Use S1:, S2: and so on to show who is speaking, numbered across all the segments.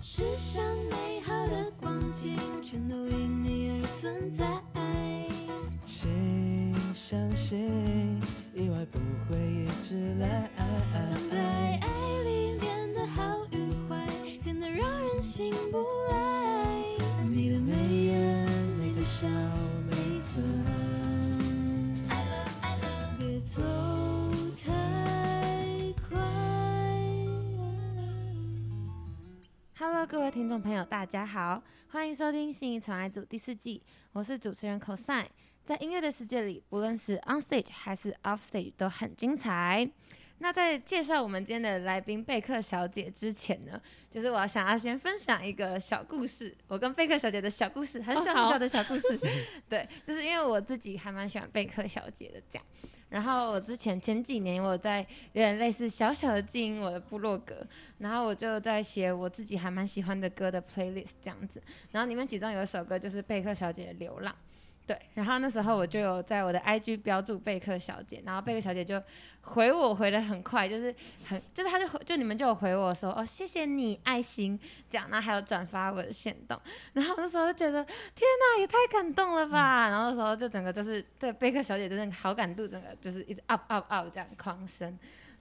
S1: 世上美好的光景，全都因你而存在。
S2: 请相信，意外不会一直来。
S1: 藏在爱里面的好与坏，甜得让人醒不来。你的眉眼，你的笑，每寸。爱了爱了，别走太快。
S3: Hello，各位听众朋友，大家好，欢迎收听《心仪宠爱组》第四季，我是主持人 cosine。在音乐的世界里，不论是 on stage 还是 off stage 都很精彩。那在介绍我们今天的来宾贝克小姐之前呢，就是我想要先分享一个小故事，我跟贝克小姐的小故事，很小很小的小故事。 对，就是因为我自己还蛮喜欢贝克小姐的这样。然后我之前前几年我在有点类似小小的经营我的部落格，然后我就在写我自己还蛮喜欢的歌的 playlist 这样子，然后里面其中有一首歌就是贝克小姐的《流浪》，对，然后那时候我就有在我的 IG 标注贝克小姐，然后贝克小姐就回我回的很快，就是很就是她就回就你们就有回我说哦谢谢你爱心这样，然后还有转发我的线动，然后那时候就觉得天哪也太感动了吧，然后那时候就整个就是对贝克小姐真的好感度整个就是一直 up up up 这样狂升，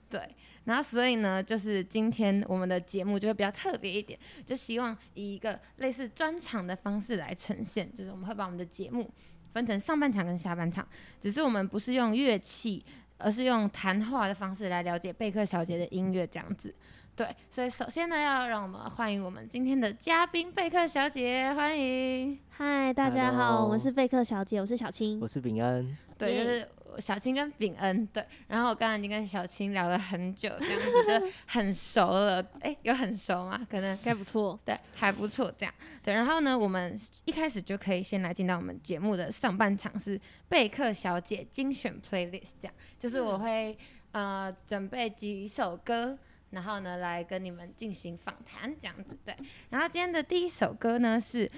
S3: 对。然后所以呢，就是今天我们的节目就会比较特别一点，就希望以一个类似专场的方式来呈现，就是我们会把我们的节目分成上半场跟下半场，只是我们不是用乐器，而是用谈话的方式来了解贝克小姐的音乐这样子。对，所以首先呢，要让我们欢迎我们今天的嘉宾贝克小姐，欢迎。
S4: 嗨，大家好，我
S2: Hello
S4: 是贝克小姐，我是小青
S2: 我。是秉安，
S3: 对，就
S4: 耶
S3: 是我小青跟秉恩对，然后我刚才已经跟小青聊了很久，这样子就很熟了。哎，有很熟吗？可能
S4: 该不错，
S3: 对，还不错，这样对。然后呢，我们一开始就可以先来进到我们节目的上半场是贝克小姐精选 playlist，这样就是我会、呃准备几首歌，然后呢来跟你们进行访谈这样子对。然后今天的第一首歌呢是。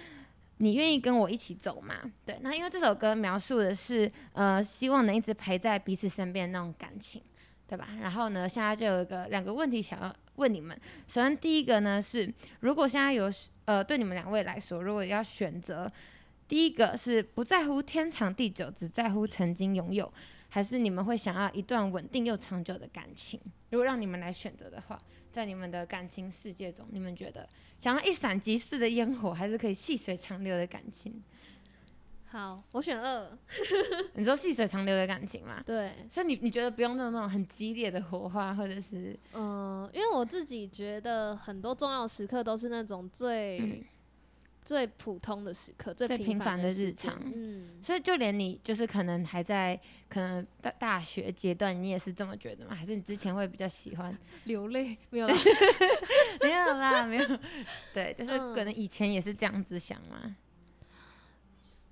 S3: 你愿意跟我一起走吗？对，那因为这首歌描述的是，呃，希望能一直陪在彼此身边的那种感情，对吧？然后呢，现在就有一个两个问题想要问你们。首先第一个呢是，如果现在有呃，对你们两位来说，如果要选择，第一个是不在乎天长地久，只在乎曾经拥有，还是你们会想要一段稳定又长久的感情？如果让你们来选择的话，在你们的感情世界中，你们觉得想要一闪即逝的烟火，还是可以细水长流的感情？
S4: 好，我选二。
S3: 你说细水长流的感情吗？
S4: 对，
S3: 所以你你觉得不用那种那种很激烈的火花，或者是
S4: 嗯、因为我自己觉得很多重要时刻都是那种最、
S3: 嗯
S4: 最普通的时刻，最
S3: 最平凡
S4: 凡
S3: 的
S4: 事
S3: 日
S4: 件
S3: 常
S4: 嗯，
S3: 所以就连你就是可能还在可能大大学阶段，你也是这么觉得吗？还是你之前会比较喜欢？
S4: 流泪没 有啦，
S3: 没有啦，没有。对， 就是
S4: 嗯
S3: 可能以前也是这样子想嘛。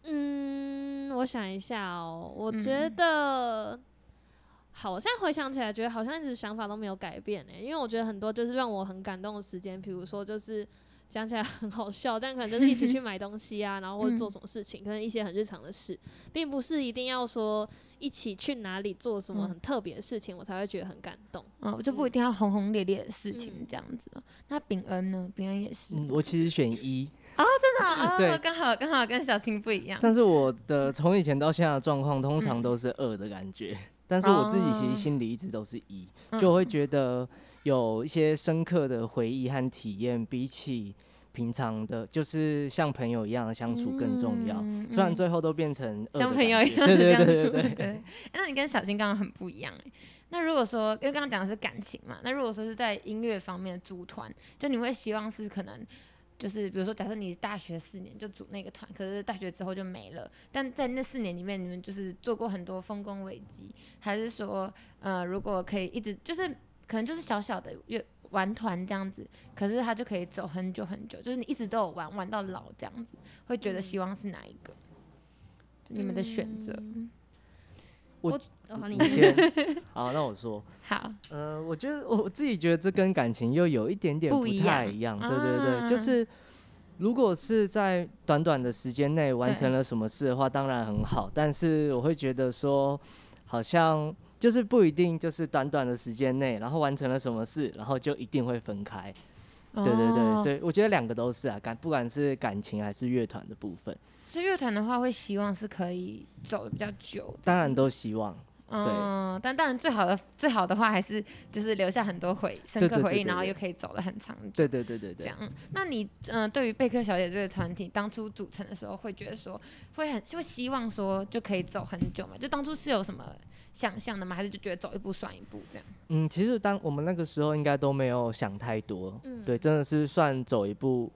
S4: 嗯，我想一下哦，我
S3: 嗯
S4: 觉得、好，我现在回想起来，觉得好像一直想法都没有改变欸诶，因为我觉得很多就是让我很感动的时间，比如说就是讲起来很好笑，但可能就是一 起去买东西啊，然后
S3: 嗯
S4: 或者做什么事情，可能一些很日常的事，并不是一定要说一起去哪里做什么
S3: 嗯
S4: 很特别的事情，我才会觉得很感动。
S3: 哦，就不一
S4: 嗯
S3: 定要轰轰烈烈的事情
S4: 嗯
S3: 这样子。那秉恩呢？秉恩也是。
S2: 嗯，我其实选一，
S3: 啊
S2: 对
S3: 哦，刚好刚好跟小青不一样。
S2: 但是我的从以前到现在的状况通常都是二的感觉，但是我自己其实心里一直都是一，就我会觉得有一些深刻的回忆和体验，比起平常的，就是像朋友一样的相处更重要。
S3: 嗯
S2: 虽然
S3: 嗯
S2: 最后都变成二的
S3: 像朋友一样
S2: 感觉对
S3: 这
S2: 对
S3: 样
S2: 对对
S3: 子
S2: 对。
S3: 对。那你跟小新刚刚很不一样哎、那如果说，因为刚刚讲的是感情嘛，那如果说是在音乐方面组团，就你会希望是可能就是比如说，假设你大学四年就组那个团，可是大学之后就没了，但在那四年里面，你们就是做过很多丰功伟绩，还是说，呃，如果可以一直就是可能就是小小的乐玩团这样子，可是他就可以走很久很久，就是你一直都有玩玩到老这样子，会觉得希望是哪一个？就你们的选择。
S4: 嗯哦，好你
S2: 你 先，好，那我说，
S3: 好，
S2: 呃，我觉得我自己觉得这跟感情又有一点点
S3: 不
S2: 不
S3: 一
S2: 太
S3: 样
S2: 一样，对对对，就
S3: 啊
S2: 是如果是在短短的时间内完
S3: 对
S2: 成了什么事的话，当然很好，但是我会觉得说，好像就是不一定就是短短的时间内，然后完成了什么事，然后就一定会分开。
S3: 对
S2: 对对对，所
S3: 以
S2: 以我觉得两个都是啊，感不管是感情还是乐团的部分，
S3: 所以乐团的话会希望是可以走的比较久，
S2: 当然都希望。
S3: 嗯，但当然最好的最好的话还是就是留下很多回深
S2: 对
S3: 刻
S2: 对
S3: 回
S2: 对
S3: 忆，
S2: 对
S3: 然后
S2: 对
S3: 又可以走得很长久。
S2: 对对对对
S3: 这
S2: 对
S3: 样，，那你嗯、呃对于贝克小姐这个团体当初组成的时候，会觉得说会很会希望说就可以走很久嘛？就当初是有什么想象的吗？还是就觉得走一步算一步这样？
S2: 嗯，其实当我们那个时候应该都没有想太多，
S4: 嗯
S2: 对，真的是算走一步，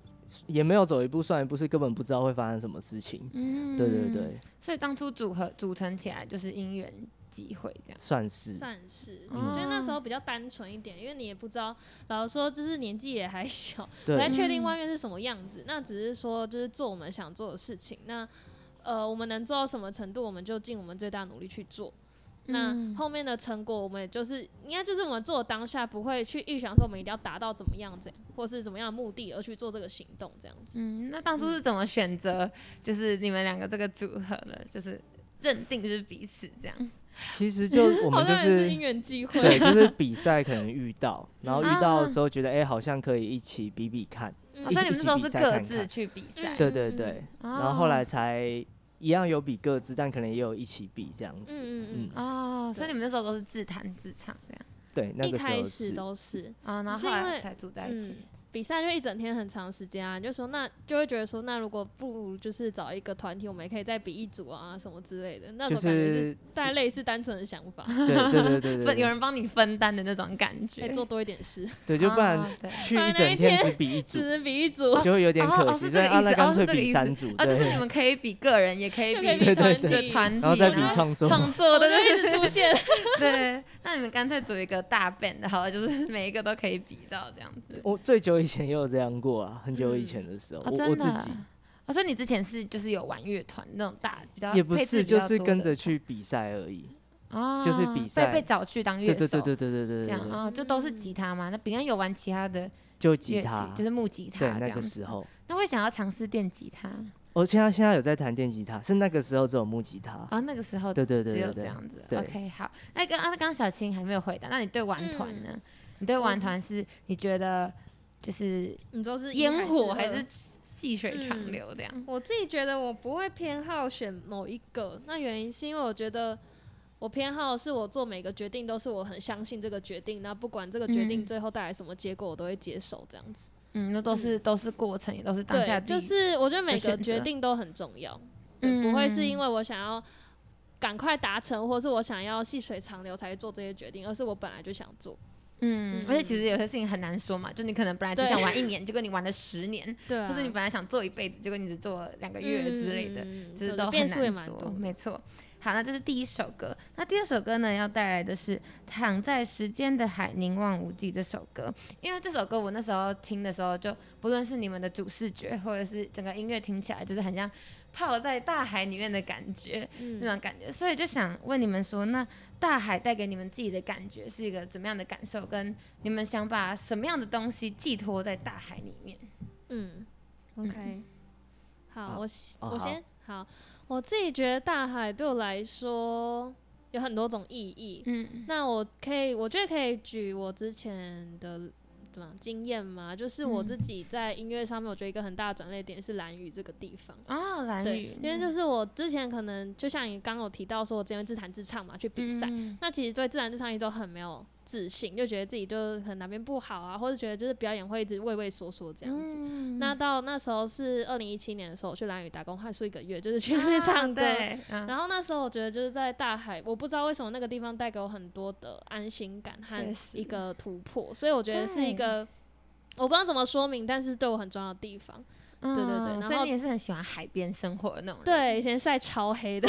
S2: 也没有走一步算一步，是根本不知道会发生什么事情。
S3: 嗯
S2: 对对。对，
S3: 所以当初组合组成起来就是因缘际会这样。
S2: 算是。
S4: 算是，
S3: 嗯
S4: 我觉得那时候比较单纯一点，因为你也不知道，老实说就是年纪也还小，不 太
S2: 对，
S4: 确
S3: 嗯
S4: 定外面是什么样子。那只是说就是做我们想做的事情，那呃我们能做到什么程度，我们就尽我们最大努力去做。那
S3: 嗯
S4: 后面的成果，我们也就是应该就是我们做的当下不会去预想说我们一定要达到怎么样这样，或是怎么样的目的而去做这个行动这样子。
S3: 嗯，那当初是怎么选择就是你们两个这个组合的？就是认定就是彼此这样。
S2: 其实 就我
S4: 好
S2: 们就
S4: 像也是因
S2: 是
S4: 缘际会，
S2: 对，就是比赛可能遇到，然后遇到
S3: 啊
S2: 的时候觉得哎、好像可以一起比比看，
S4: 嗯
S3: 好哦像你
S2: 一
S3: 们
S2: 起
S3: 那时候
S2: 比
S3: 是
S2: 赛
S3: 各
S2: 看
S3: 自
S2: 看
S3: 去比赛，
S2: 对
S4: 嗯
S2: 对
S4: 嗯
S2: 对，
S3: 然
S2: 然后后来才一样有比各自，但可能也有一起比这样
S4: 嗯
S2: 子。
S4: 嗯嗯嗯
S2: 嗯，
S3: 哦，所以你们那时候都是自弹自唱这样
S2: 对，那
S4: 一
S2: 个时
S4: 开
S2: 候
S4: 始
S2: 是。
S4: 都是。
S3: 啊、然后
S4: 只是
S3: 后
S4: 因
S3: 来
S4: 为
S3: 才住在一起。
S4: 嗯比赛就一整天很长时间啊，你就说那就会觉得说，那如果不如就是找一个团体，我们也可以再比一组啊什么之类的。那
S2: 就
S4: 种感觉
S2: 是
S4: 是大概类似单纯的想法，
S2: 对对对 对对
S3: 分有
S2: 对，
S3: 人帮你分担的那种感觉，
S4: 再哎做多一点事，
S2: 对，就不然
S3: 啊对
S2: 去
S4: 不
S2: 一
S4: 然那一
S2: 整天
S4: 天
S2: 只比一组
S4: 只，能比一组，
S2: 就会有点
S3: 哦
S2: 可
S3: 哦
S2: 惜。
S3: 是
S2: 所以
S3: 这个
S2: 啊，
S3: 意
S2: 那
S3: 思哦
S2: 干
S3: 是
S2: 脆
S3: 这个意
S2: 比
S3: 思
S2: 三组，
S3: 啊，就是你
S2: 对，
S3: 们可以比个人，也可以
S4: 又可以
S3: 比
S4: 比
S2: 对
S4: 团
S2: 对
S4: 体，
S3: 团体，
S2: 然后再比
S4: 然后
S2: 创作。
S3: 创
S4: 我
S3: 作
S4: 就
S3: 的，
S4: 一直出现。
S3: 哦对。那你们干脆组一个大 band 好了，就是每一个都可以比到这样子。
S2: 我最久以前也有这样过啊，很久以前的时候，
S3: 哦，
S2: 我
S3: 真
S2: 我
S3: 的
S2: 自己
S3: 啊。哦，所以你之前是就是有玩乐团那种大比较，
S2: 也不
S3: 配置
S2: 是，
S3: 比较
S2: 就
S3: 多
S2: 是跟
S3: 的
S2: 着去比赛而已。
S3: 哦，
S2: 就是比
S3: 被
S2: 赛
S3: 被找去当乐
S2: 对
S3: 手，
S2: 对对对对对对
S3: 这
S2: 对
S3: 样
S2: 对，
S3: 哦，就都是吉他嘛。那饼干有玩其他的
S2: 就
S3: 乐
S2: 吉他
S3: 器，，就是木吉他
S2: 对
S3: 这
S2: 那
S3: 样
S2: 个
S3: 子
S2: 时候，
S3: 那会想要尝试电吉他
S2: 我现在现在有在弹电吉他，是那个时候只有木吉他。
S3: 哦，那个时候
S2: 对对对
S3: 只有
S2: 对
S3: 这
S2: 对
S3: 样子。
S2: 对
S3: OK，好。那刚刚刚小青还没有回答，那你对玩团呢？
S4: 嗯
S3: 你对玩团是你觉得就是
S4: 你说是一
S3: 烟火还
S4: 二
S3: 是细水长
S4: 嗯
S3: 流这样？
S4: 我自己觉得我不会偏好选某一个，那原因是因为我觉得我偏好的是我做每个决定都是我很相信这个决定，那不管这个决定
S3: 嗯
S4: 最后带来什么结果，我都会接受这样子。
S3: 嗯，那都是都是过程，也都是当下
S4: 对，
S3: 自
S4: 就
S3: 己
S4: 是我觉得每
S3: 选
S4: 个
S3: 择嗯
S4: 决定都很重要，对，不会是因为我想要。赶快达成，或是我想要细水长流才做这些决定，而是我本来就想做。
S3: 嗯，而且其
S4: 嗯
S3: 实有些事情很难说嘛，就你可能本来就
S4: 对
S3: 想 玩一年，结果你玩了十年，
S4: 对、啊
S3: 或是你本来想做一辈子，结果你只做了两个月之类的。
S4: 嗯
S3: 就是
S4: 对
S3: 都
S4: 变
S3: 很
S4: 数也
S3: 难
S4: 蛮多
S3: 说，。没错。好，那这是第一首歌。那第二首歌呢，要带来的是《躺在时间的海，凝望无际》这首歌。因为这首歌我那时候听的时候，就不论是你们的主视觉，或者是整个音乐听起来，就是很像泡在大海里面的感觉，
S4: 嗯
S3: 那种感觉。所以就想问你们说，那大海带给你们自己的感觉是一个怎么样的感受？跟你们想把什么样的东西寄托在大海里面？
S4: 嗯，OK，好，
S2: 好
S4: 我先
S2: 哦
S4: 我
S2: 好
S4: 先好，我自己觉得大海对我来说有很多种意义。
S3: 嗯
S4: 那我可以，我觉得可以举我之前的怎么样经验嘛，就是我自
S3: 嗯
S4: 己在音乐上面，我觉得一个很大的转捩点是蓝雨这个地方。
S3: 啊、蓝
S4: 对
S3: 雨，，
S4: 因为就是我之前可能就像你刚刚有提到说，我之前会自弹自唱嘛，去比赛，
S3: 嗯
S4: 那其实对自然自唱一直都很没有自信，就觉得自己就是很哪边不好啊，或者觉得就是表演会一直畏畏缩缩这样子。
S3: 嗯
S4: 那到那时候是二零一七年的时候，我去兰屿打工换宿一个月，就是去那边唱歌。
S3: 啊对，嗯
S4: 然后那时候我觉得就是在大海，我不知道为什么那个地方带给我很多的安心感和
S3: 确实
S4: 一个突破，所以我觉得是一个我不知道怎么说明，但是对我很重要的地方。
S3: 对
S4: 对对然
S3: 嗯所以
S4: 后
S3: 你也是很喜欢海边生活的那种人。
S4: 对，以前晒超黑
S3: 哎
S4: 的，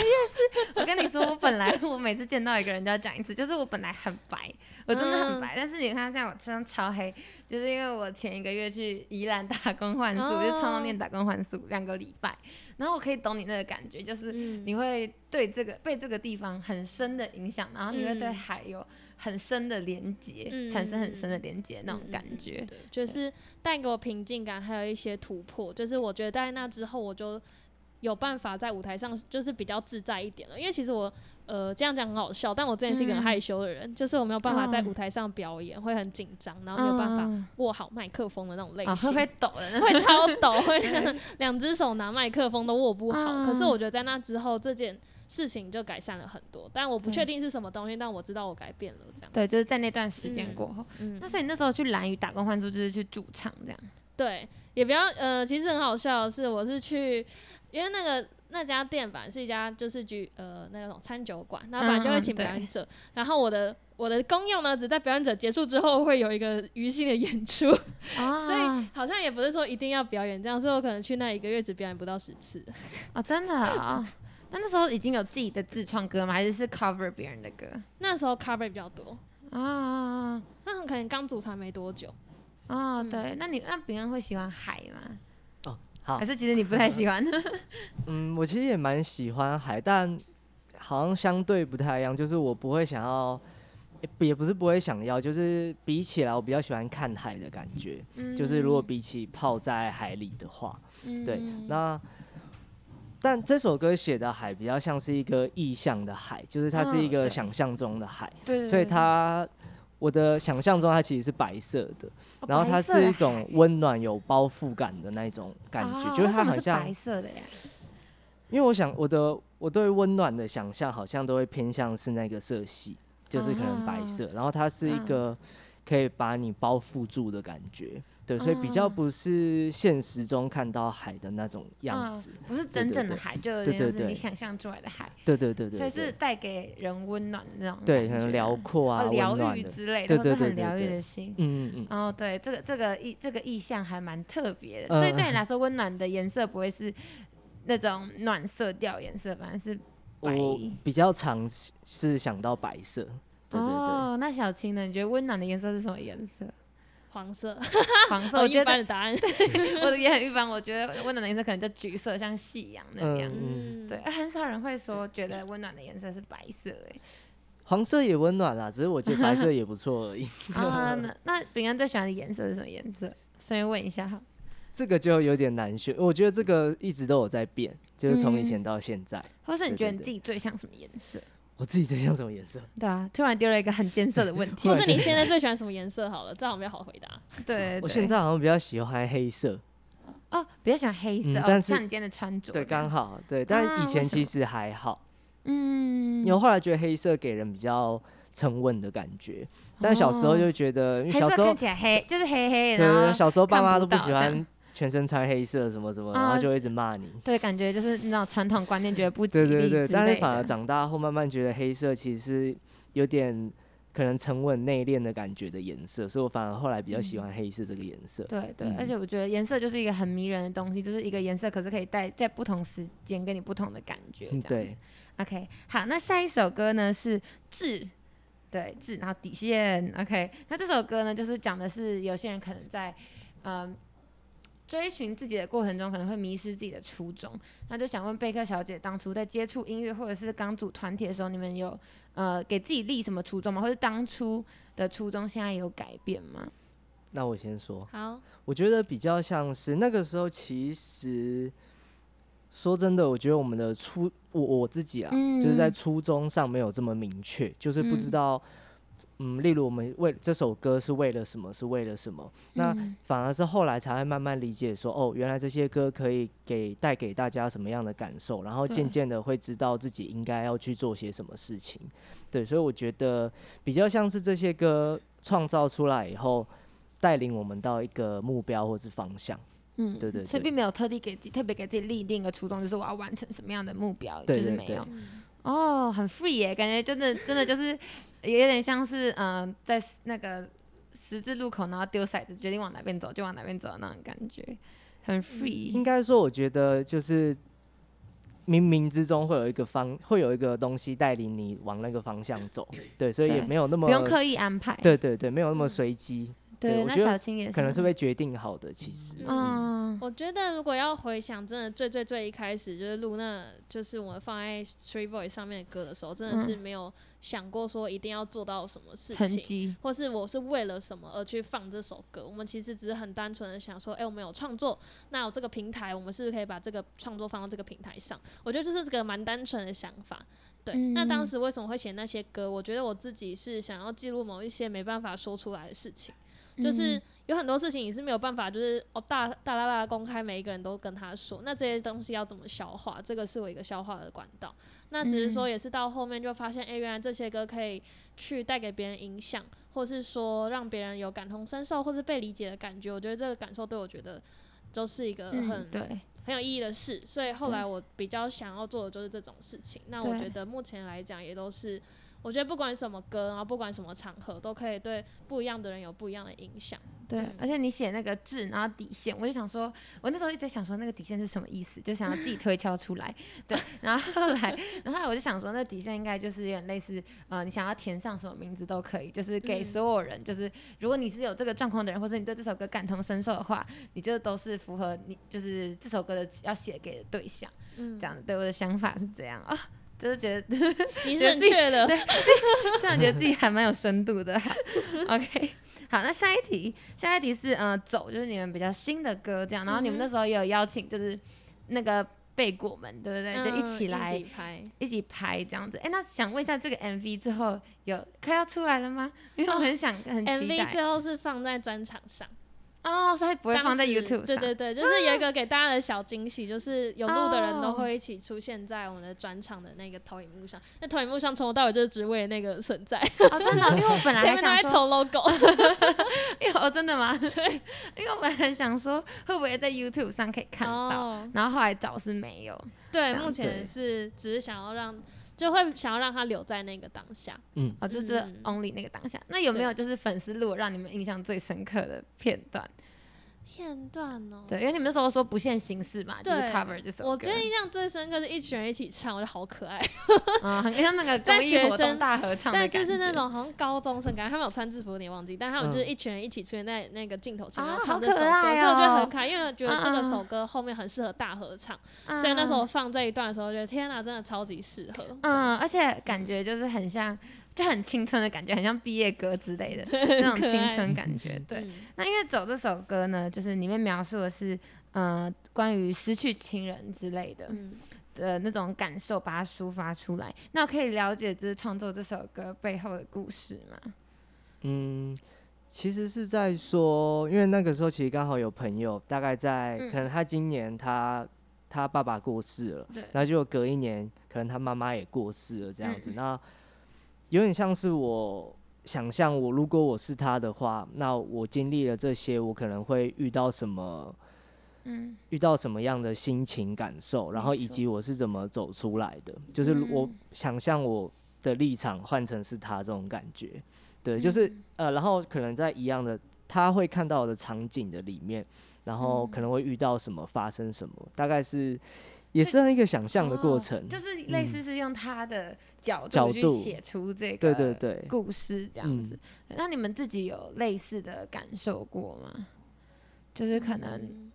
S3: 我跟你说，我本 来我每次见到一个人就要讲一次，就是我本来很白，我真的
S4: 嗯
S3: 很白，但是你看现在我身上超黑，就是因为我前一个月去宜兰打工换宿，
S4: 哦
S3: 就冲浪店打工换宿两个礼拜，然后我可以懂你那个感觉，就是
S4: 嗯
S3: 你会对这个被这个地方很深的影响，然后你会对
S4: 嗯
S3: 海有很深的连接，
S4: 嗯
S3: 产生很深的连接那种
S4: 嗯嗯
S3: 感
S4: 嗯
S3: 觉。
S4: 对，就是带给我平静感，还有一些突破。就是我觉得在那之后，我就有办法在舞台上就是比较自在一点了。因为其实我呃这样讲很好笑，但我之前是一个很
S3: 嗯
S4: 害羞的人，就是我没有办法在
S3: 哦
S4: 舞台上表演，会很紧张，然后没有办法
S3: 嗯
S4: 握好麦克风的那种类
S3: 啊，
S4: 型。
S3: 会会抖的那种。
S4: 会超抖，会两只手拿麦克风都握不好。可是
S3: 啊
S4: 我觉得在那之后，这件事情就改善了很多。但我不确
S3: 对
S4: 定是什么东西，但我知道我改变了这样。
S3: 对，就是在那段时间
S4: 嗯
S3: 过后。
S4: 嗯
S3: 那所以你那时候去蓝屿打工换宿，就是去驻唱这样。
S4: 对，也不要呃，其实很好笑的是，我是去，因为那个那家店吧是一家就是居呃那种餐酒馆，那本来就会
S3: 嗯
S4: 请表
S3: 对
S4: 演者，然后我的。我的功用呢，只在表演者结束之后会有一个余兴的演出，
S3: 啊
S4: 所以好像也不是说一定要表演这样，所以我可能去那一个月只表演不到十次。
S3: 哦，真 的啊、哦。那那时候已经有自己的自创歌吗？还是是 cover 别人的歌
S4: 那时候 cover 比较多，
S3: 啊？
S4: 那很可能刚组团没多久，
S3: 哦，
S4: 嗯
S3: 对，那你那别人会喜欢海吗？
S2: 哦，好
S3: 还，是其实你不太喜欢？
S2: 嗯，我其实也蛮喜欢海，但好像相对不太一样，就是我不会想要，也不也不是不会想要，就是比起来，我比较喜欢看海的感觉。
S3: 嗯
S2: 就是如果比起泡在海里的话，对，
S3: 嗯
S2: 那但这首歌写的海比较像是一个意象的海，就是它是一
S3: 嗯
S2: 个
S3: 对
S2: 想象中的海，
S3: 对，
S2: 所以
S3: 对
S2: 它我的想象中它其实是白色的，
S3: 哦
S2: 然后它
S3: 白色的
S2: 是一种
S3: 海
S2: 温暖有包覆感的那一种感觉，
S3: 哦
S2: 就是
S3: 为什
S2: 它
S3: 么
S2: 很
S3: 是
S2: 像
S3: 白。色的呀。
S2: 因为我想我的我对温暖的想象好像都会偏向是那个色系，就是可能白
S3: 啊
S2: 色，然后它是
S3: 嗯
S2: 一个可以把你包覆住的感觉，对，所以比较
S3: 嗯
S2: 不是现实中看到海的那种样
S3: 嗯
S2: 子，
S3: 不是真正的海，就有
S2: 对
S3: 点像
S2: 对
S3: 是你
S2: 对
S3: 想象出来的海，
S2: 对对对对，
S3: 所以
S2: 对
S3: 是带给人温暖的那种感觉。
S2: 对，可能辽阔啊，
S3: 哦，
S2: 温
S3: 疗
S2: 暖
S3: 愈
S2: 的，
S3: 之类
S2: 对
S3: 的，或是
S2: 对对
S3: 很
S2: 对
S3: 疗愈
S2: 对
S3: 的心。
S2: 嗯嗯嗯，
S3: 哦，对，这个这个意这个意象还蛮特别
S2: 嗯
S3: 的，所以对你来说，温暖的颜色不会是那种暖色调颜色，反而是白。
S2: 我比较常是是想到白色，对对对，
S3: 哦，那小青呢？你觉得温暖的颜色是什么颜 色？
S4: 黄色，
S3: 黄色，
S4: 我
S3: 我
S4: 一
S3: 觉
S4: 般
S3: 得
S4: 的答案。
S3: 我的也很一般。我觉得温暖的颜色可能就橘色，像夕阳那样。
S2: 嗯
S3: 对，很少人会说觉得温暖的颜色是白色 欸诶。
S2: 黄色也温暖啦，只是我觉得白色也不错而已，
S3: 啊，那那饼干最喜欢的颜色是什么颜色？顺便问一下哈。
S2: 这个就有点难选，我觉得这个一直都有在变，就是
S3: 嗯
S2: 从以前到现在。
S3: 或是你
S2: 对
S3: 觉
S2: 对
S3: 得你
S2: 对
S3: 自己最像什么颜色？
S2: 我自己最像什么颜色？
S3: 对啊，突然丢了一个很艰涩的问 题。
S4: 或是你现在最喜欢什么颜色？好了，这样我比较好回答。
S3: 对，
S2: 我
S3: 对
S2: 现在好像比较喜欢黑色，
S3: 哦，比较喜欢黑色，
S2: 嗯
S3: 哦
S2: 但是
S3: 像你今天的穿着，
S2: 对，刚，好对，
S3: 啊
S2: 但以
S3: 为
S2: 前
S3: 什
S2: 其
S3: 么
S2: 实还好，
S3: 嗯，
S2: 因为后来觉得黑色给人比较沉稳的感觉，但小时候就觉得，因为
S3: 黑
S2: 小
S3: 色
S2: 时候
S3: 看起来黑，就是黑
S2: 对
S3: 黑的，
S2: 对
S3: 然
S2: 对，
S3: 后
S2: 小时候爸
S3: 看
S2: 妈
S3: 不
S2: 啊都不
S3: 到
S2: 喜
S3: 这样
S2: 欢全身穿黑色什么什么，然
S3: 啊
S2: 后就一直骂你。
S3: 对，感觉就是那种传统观念，觉得不吉
S2: 对
S3: 利
S2: 对对，
S3: 之
S2: 但
S3: 类
S2: 是反而
S3: 的
S2: 长大后慢慢觉得黑色其实是有点可能沉稳内敛的感觉的颜色，所以我反而后来比较喜欢黑色这个颜色。
S3: 对对，
S2: 嗯
S3: 而且我觉得颜色就是一个很迷人的东西，就是一个颜色，可是可以带在不同时间给你不同的感觉。这
S2: 嗯
S3: 样子
S2: 对，
S3: OK，好，那下一首歌呢是《志》，对，《志》，然后底线。OK，那这首歌呢，就是讲的是有些人可能在嗯、追寻自己的过程中，可能会迷失自己的初衷。那就想问贝克小姐，当初在接触音乐或者是刚组团体的时候，你们有呃给自己立什么初衷吗？或者当初的初衷现在有改变吗？
S2: 那我先说。
S4: 好，
S2: 我觉得比较像是那个时候，其实说真的，我觉得我们的初我我自己啊，
S3: 嗯
S2: 就是在初衷上没有这么明确，就是不知
S3: 嗯
S2: 道，嗯，例如我们为这首歌是为了什么，是为了什么，那
S3: 嗯
S2: 反而是后来才会慢慢理解说，哦，原来这些歌可以给带给大家什么样的感受，然后渐
S3: 对
S2: 渐的会知道自己应该要去做些什么事情。对，所以我觉得比较像是这些歌创造出来以后，带领我们到一个目标或是方向。
S3: 嗯
S2: 对对
S3: 所以
S2: 对
S3: 并没有特地给自己特别给自己立定一个初衷，就是我要完成什么样的目标，
S2: 对
S3: 就是
S2: 对
S3: 没
S2: 对
S3: 有。哦，很 free 耶，感觉真的真的就是有点像是嗯、呃在那个十字路口，然后丢骰子，决定往哪边走就往哪边走的那种感觉，很 free
S2: 应。该说，我觉得就是冥冥之中会有一个方，会有一个东西带领你往那个方向走。对，所以也
S3: 对
S2: 没有那么
S3: 不用刻意安排，嗯
S2: 对对对，没有那么随机。对
S3: 对，
S2: 我
S3: 那
S2: 觉得
S3: 小青也是，
S2: 可能是被决定好的，其实。嗯，
S3: 嗯，
S4: 我觉得如果要回想，真的最最最一开始就是录那，就是我们放在 Three Boy 上面的歌的时候，真的是没有想过说一定要做到什么事
S3: 成
S4: 情，
S3: 绩，
S4: 或是我是为了什么而去放这首歌。我们其实只是很单纯的想说，哎、我们有创作，那有这个平台，我们是不是可以把这个创作放到这个平台上？我觉得这是个蛮单纯的想法。对，那当
S3: 嗯
S4: 时为什么会写那些歌？我觉得我自己是想要记录某一些没办法说出来的事情。就是有很多事情你是没有办法，就是哦大大大大公开，每一个人都跟他说，那这些东西要怎么消化？这个是我一个消化的管道。那只是说也是到后面就发现，哎、原来这些歌可以去带给别人影响，或是说让别人有感同身受，或是被理解的感觉。我觉得这个感受对我觉得都是一个很、
S3: 嗯，对，
S4: 很有意义的事，所以后
S3: 对
S4: 来我比较想要做的就是这种事情。那我
S3: 对
S4: 觉得目前来讲也都是，我觉得不管什么歌，然后不管什么场合，都可以对不一样的人有不一样的影响。
S3: 对
S4: 嗯，
S3: 而且你写那个字，然后底线，我就想说，我那时候一直在想说那个底线是什么意思，就想要自己推敲出来。对，然后后来，然后后来我就想说，那底线应该就是有点类似，呃，你想要填上什么名字都可以，就是给
S4: 嗯
S3: 所有人，就是如果你是有这个状况的人，或者你对这首歌感同身受的话，你就都是符合你就是这首歌的要写给的对象，
S4: 嗯
S3: 这，样对我的想法是这样啊。 就是觉得
S4: 你
S3: 觉
S4: 是
S3: 得
S4: 正
S3: 自己
S4: 确的。
S3: 这样觉得自己还蛮有深度的。OK，好，那下一题，下一题是呃，走，就是你们比较新的歌这样，然后你们
S4: 嗯哼
S3: 那时候也有邀请，就是那个贝果们，对不对？就一
S4: 嗯
S3: 起来、
S4: 一起拍。
S3: 一起拍这样子。哎、那想问一下，这个 MV 之后有快要出来了吗？因
S4: 哦
S3: 为我很想、很期
S4: MV
S3: 待
S4: 最后是放在专场上，
S3: 哦，所以不会
S4: 当
S3: 放在
S4: 时
S3: YouTube 上。
S4: 对对对，就是有一个给大家的小惊喜，就是有录的人都
S3: 哦
S4: 会一起出现在我们的专场的那个投影幕上。那投影幕上从头到尾就是只为那个存在，
S3: 哦，真的 哦，因为我本来还
S4: 前面都
S3: 想
S4: 在
S3: 说，
S4: 投 logo。
S3: 因为哦，真的吗？
S4: 对，
S3: 因为我本来想说，会不会在 YouTube 上可以看到？
S4: 哦，
S3: 然后后来找是没有，
S4: 对，
S3: 样
S4: 目
S2: 对
S4: 前是只是想要让，就会想要让他留在那个当下。
S3: 哦，就这
S4: 嗯
S3: only 那个当下。那有没有就是粉丝录让你们印象最深刻的片段？
S4: 片段哦，
S3: 对，因为你们那时候说不限形式嘛，就是
S4: 对
S3: cover 这首歌，
S4: 我觉得印象最深刻是一群人一起唱，我觉得好可爱。
S3: 嗯，很像那个
S4: 在
S3: 公益
S4: 学
S3: 活动
S4: 生
S3: 大合唱的
S4: 但
S3: 感觉，
S4: 就是那种好像高中生感觉，他们有穿制服，有点忘记，但他们就是
S2: 嗯
S4: 一群人一起出现在那个镜头前面
S3: 啊
S4: 唱
S3: 好
S4: 这首
S3: 可
S4: 歌，所
S3: 爱
S4: 以我觉得
S3: 哦
S4: 很可爱，因为我觉得这个
S3: 嗯嗯
S4: 首歌后面很适合大合唱，
S3: 嗯，
S4: 所以那时候我放这一段的时候，我觉得天哪，真的超级适合。
S3: 嗯，而且感觉就是很像，就很青春的感觉，很像毕业歌之类的那种
S4: 可
S3: 青
S4: 爱
S3: 春感 觉。对，
S4: 嗯，
S3: 那因为走这首歌呢，就是里面描述的是呃关于失去亲人之类的，
S4: 嗯，
S3: 的那种感受，把它抒发出来。那我可以了解，就是创作这首歌背后的故事吗？
S2: 嗯，其实是在说，因为那个时候其实刚好有朋友，大概在、
S3: 嗯
S2: 可能他今年他他爸爸过世
S4: 嗯
S2: 了，
S3: 对
S2: 然后就隔一年，可能他妈妈也过世了这样子，
S3: 嗯
S2: 那有点像是我。想象我如果我是他的话，那我经历了这些，我可能会遇到什么
S3: 嗯
S2: 遇到什么样的心情感受，然后以
S3: 错
S2: 及我是怎么走出来的，就是如我
S3: 嗯
S2: 想象我的立场换成是他这种感觉，
S3: 嗯
S2: 对，就是、呃，然后可能在一样的他会看到的场景的里面，然后
S3: 嗯
S2: 可能会遇到什么，发生什么，大概是也是一个想象的过
S3: 哦
S2: 程，
S3: 就是类似是用他的角
S2: 嗯角
S3: 度去
S2: 度
S3: 写出这
S2: 对对
S3: 个
S2: 嗯对，
S3: 故事这样子。那你们自己有类似的感受过吗？就是可能
S4: 嗯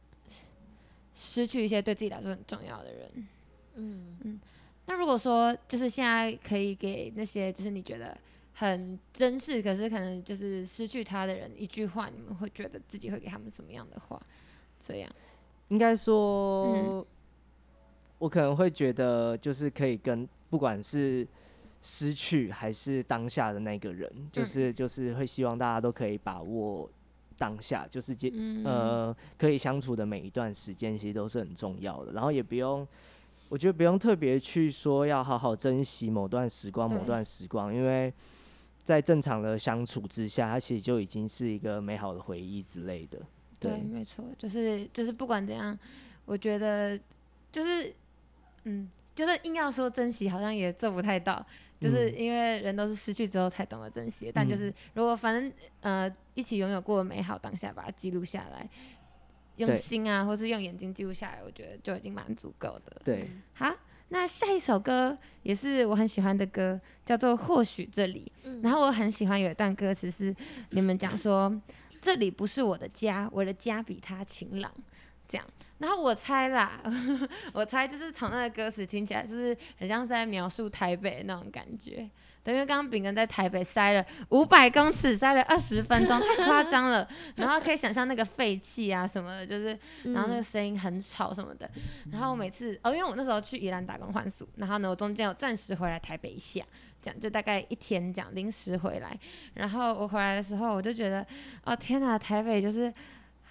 S3: 失去一些对自己来说很重要的人。
S4: 嗯，
S3: 那如果说就是现在可以给那些就是你觉得很珍视，可是可能就是失去他的人一句话，你们会觉得自己会给他们什么样的话？这样，
S2: 应该说，
S3: 嗯
S2: 我可能会觉得就是可以跟不管是失去还是当下的那个人，就是
S3: 嗯
S2: 就是会希望大家都可以把握当下，就是接、
S3: 嗯，
S2: 呃可以相处的每一段时间，其实都是很重要的。然后也不用，我觉得不用特别去说要好好珍惜某段时光，某
S3: 对
S2: 段时光，因为。在正常的相处之下，它其实就已经是一个美好的回忆之类的。
S3: 对，没错，就是就是不管怎样，我觉得就是嗯，就是硬要说珍惜，好像也做不太到，就是
S2: 嗯
S3: 因为人都是失去之后才懂得珍惜，但就是如果反正呃一起拥有过的美好当下，把它记录下来。用
S2: 对
S3: 心啊，或是用眼睛记录下来，我觉得就已经蛮足够的了。
S2: 对，
S3: 好，那下一首歌也是我很喜欢的歌，叫做《或许这里》。
S4: 嗯
S3: 然后我很喜欢有一段歌词是你们讲说，这里不是我的家，我的家比它晴朗。这样，然后我猜啦， 我猜就是从那个歌词听起来，就是很像是在描述台北那种感觉。对，因为刚刚饼干在台北塞了五百公尺，塞了二十分钟，太夸张了。然后可以想象那个废气啊什么的，就是然后那个声音很吵什么的。然后我每次哦，因为我那时候去宜兰打工换宿，然后呢，我中间有暂时回来台北一下，这样就大概一天这样临时回来。然后我回来的时候，我就觉得，哦天哪，台北就是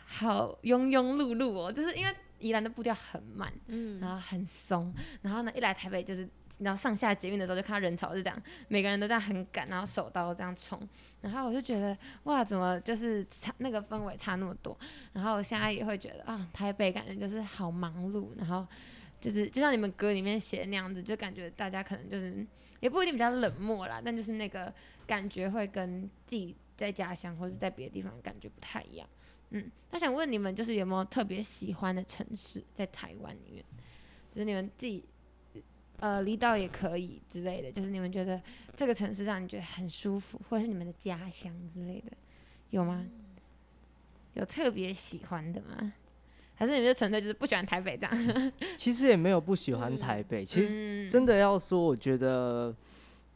S3: 好庸庸碌碌哦，就是因为宜兰的步调很慢，
S4: 嗯
S3: 然后很松，然后呢，一来台北就是，然后上下捷运的时候就看到人潮是这样，每个人都这样很赶，然后手刀这样冲，然后我就觉得哇，怎么就是差那个氛围差那么多？然后我现在也会觉得啊，台北感觉就是好忙碌，然后就是就像你们歌里面写的那样子，就感觉大家可能就是也不一定比较冷漠啦，但就是那个感觉会跟自己在家乡或者在别的地方感觉不太一样。嗯，那想问你们，就是有没有特别喜欢的城市在台湾里面？就是你们自己，呃，离岛也可以之类的，就是你们觉得这个城市让你觉得很舒服，或者是你们的家乡之类的，有吗？有特别喜欢的吗？还是你们就纯粹就是不喜欢台北这样？
S2: 其实也没有不喜
S3: 嗯
S2: 欢台北，其实
S3: 实
S2: 真的要说，我觉得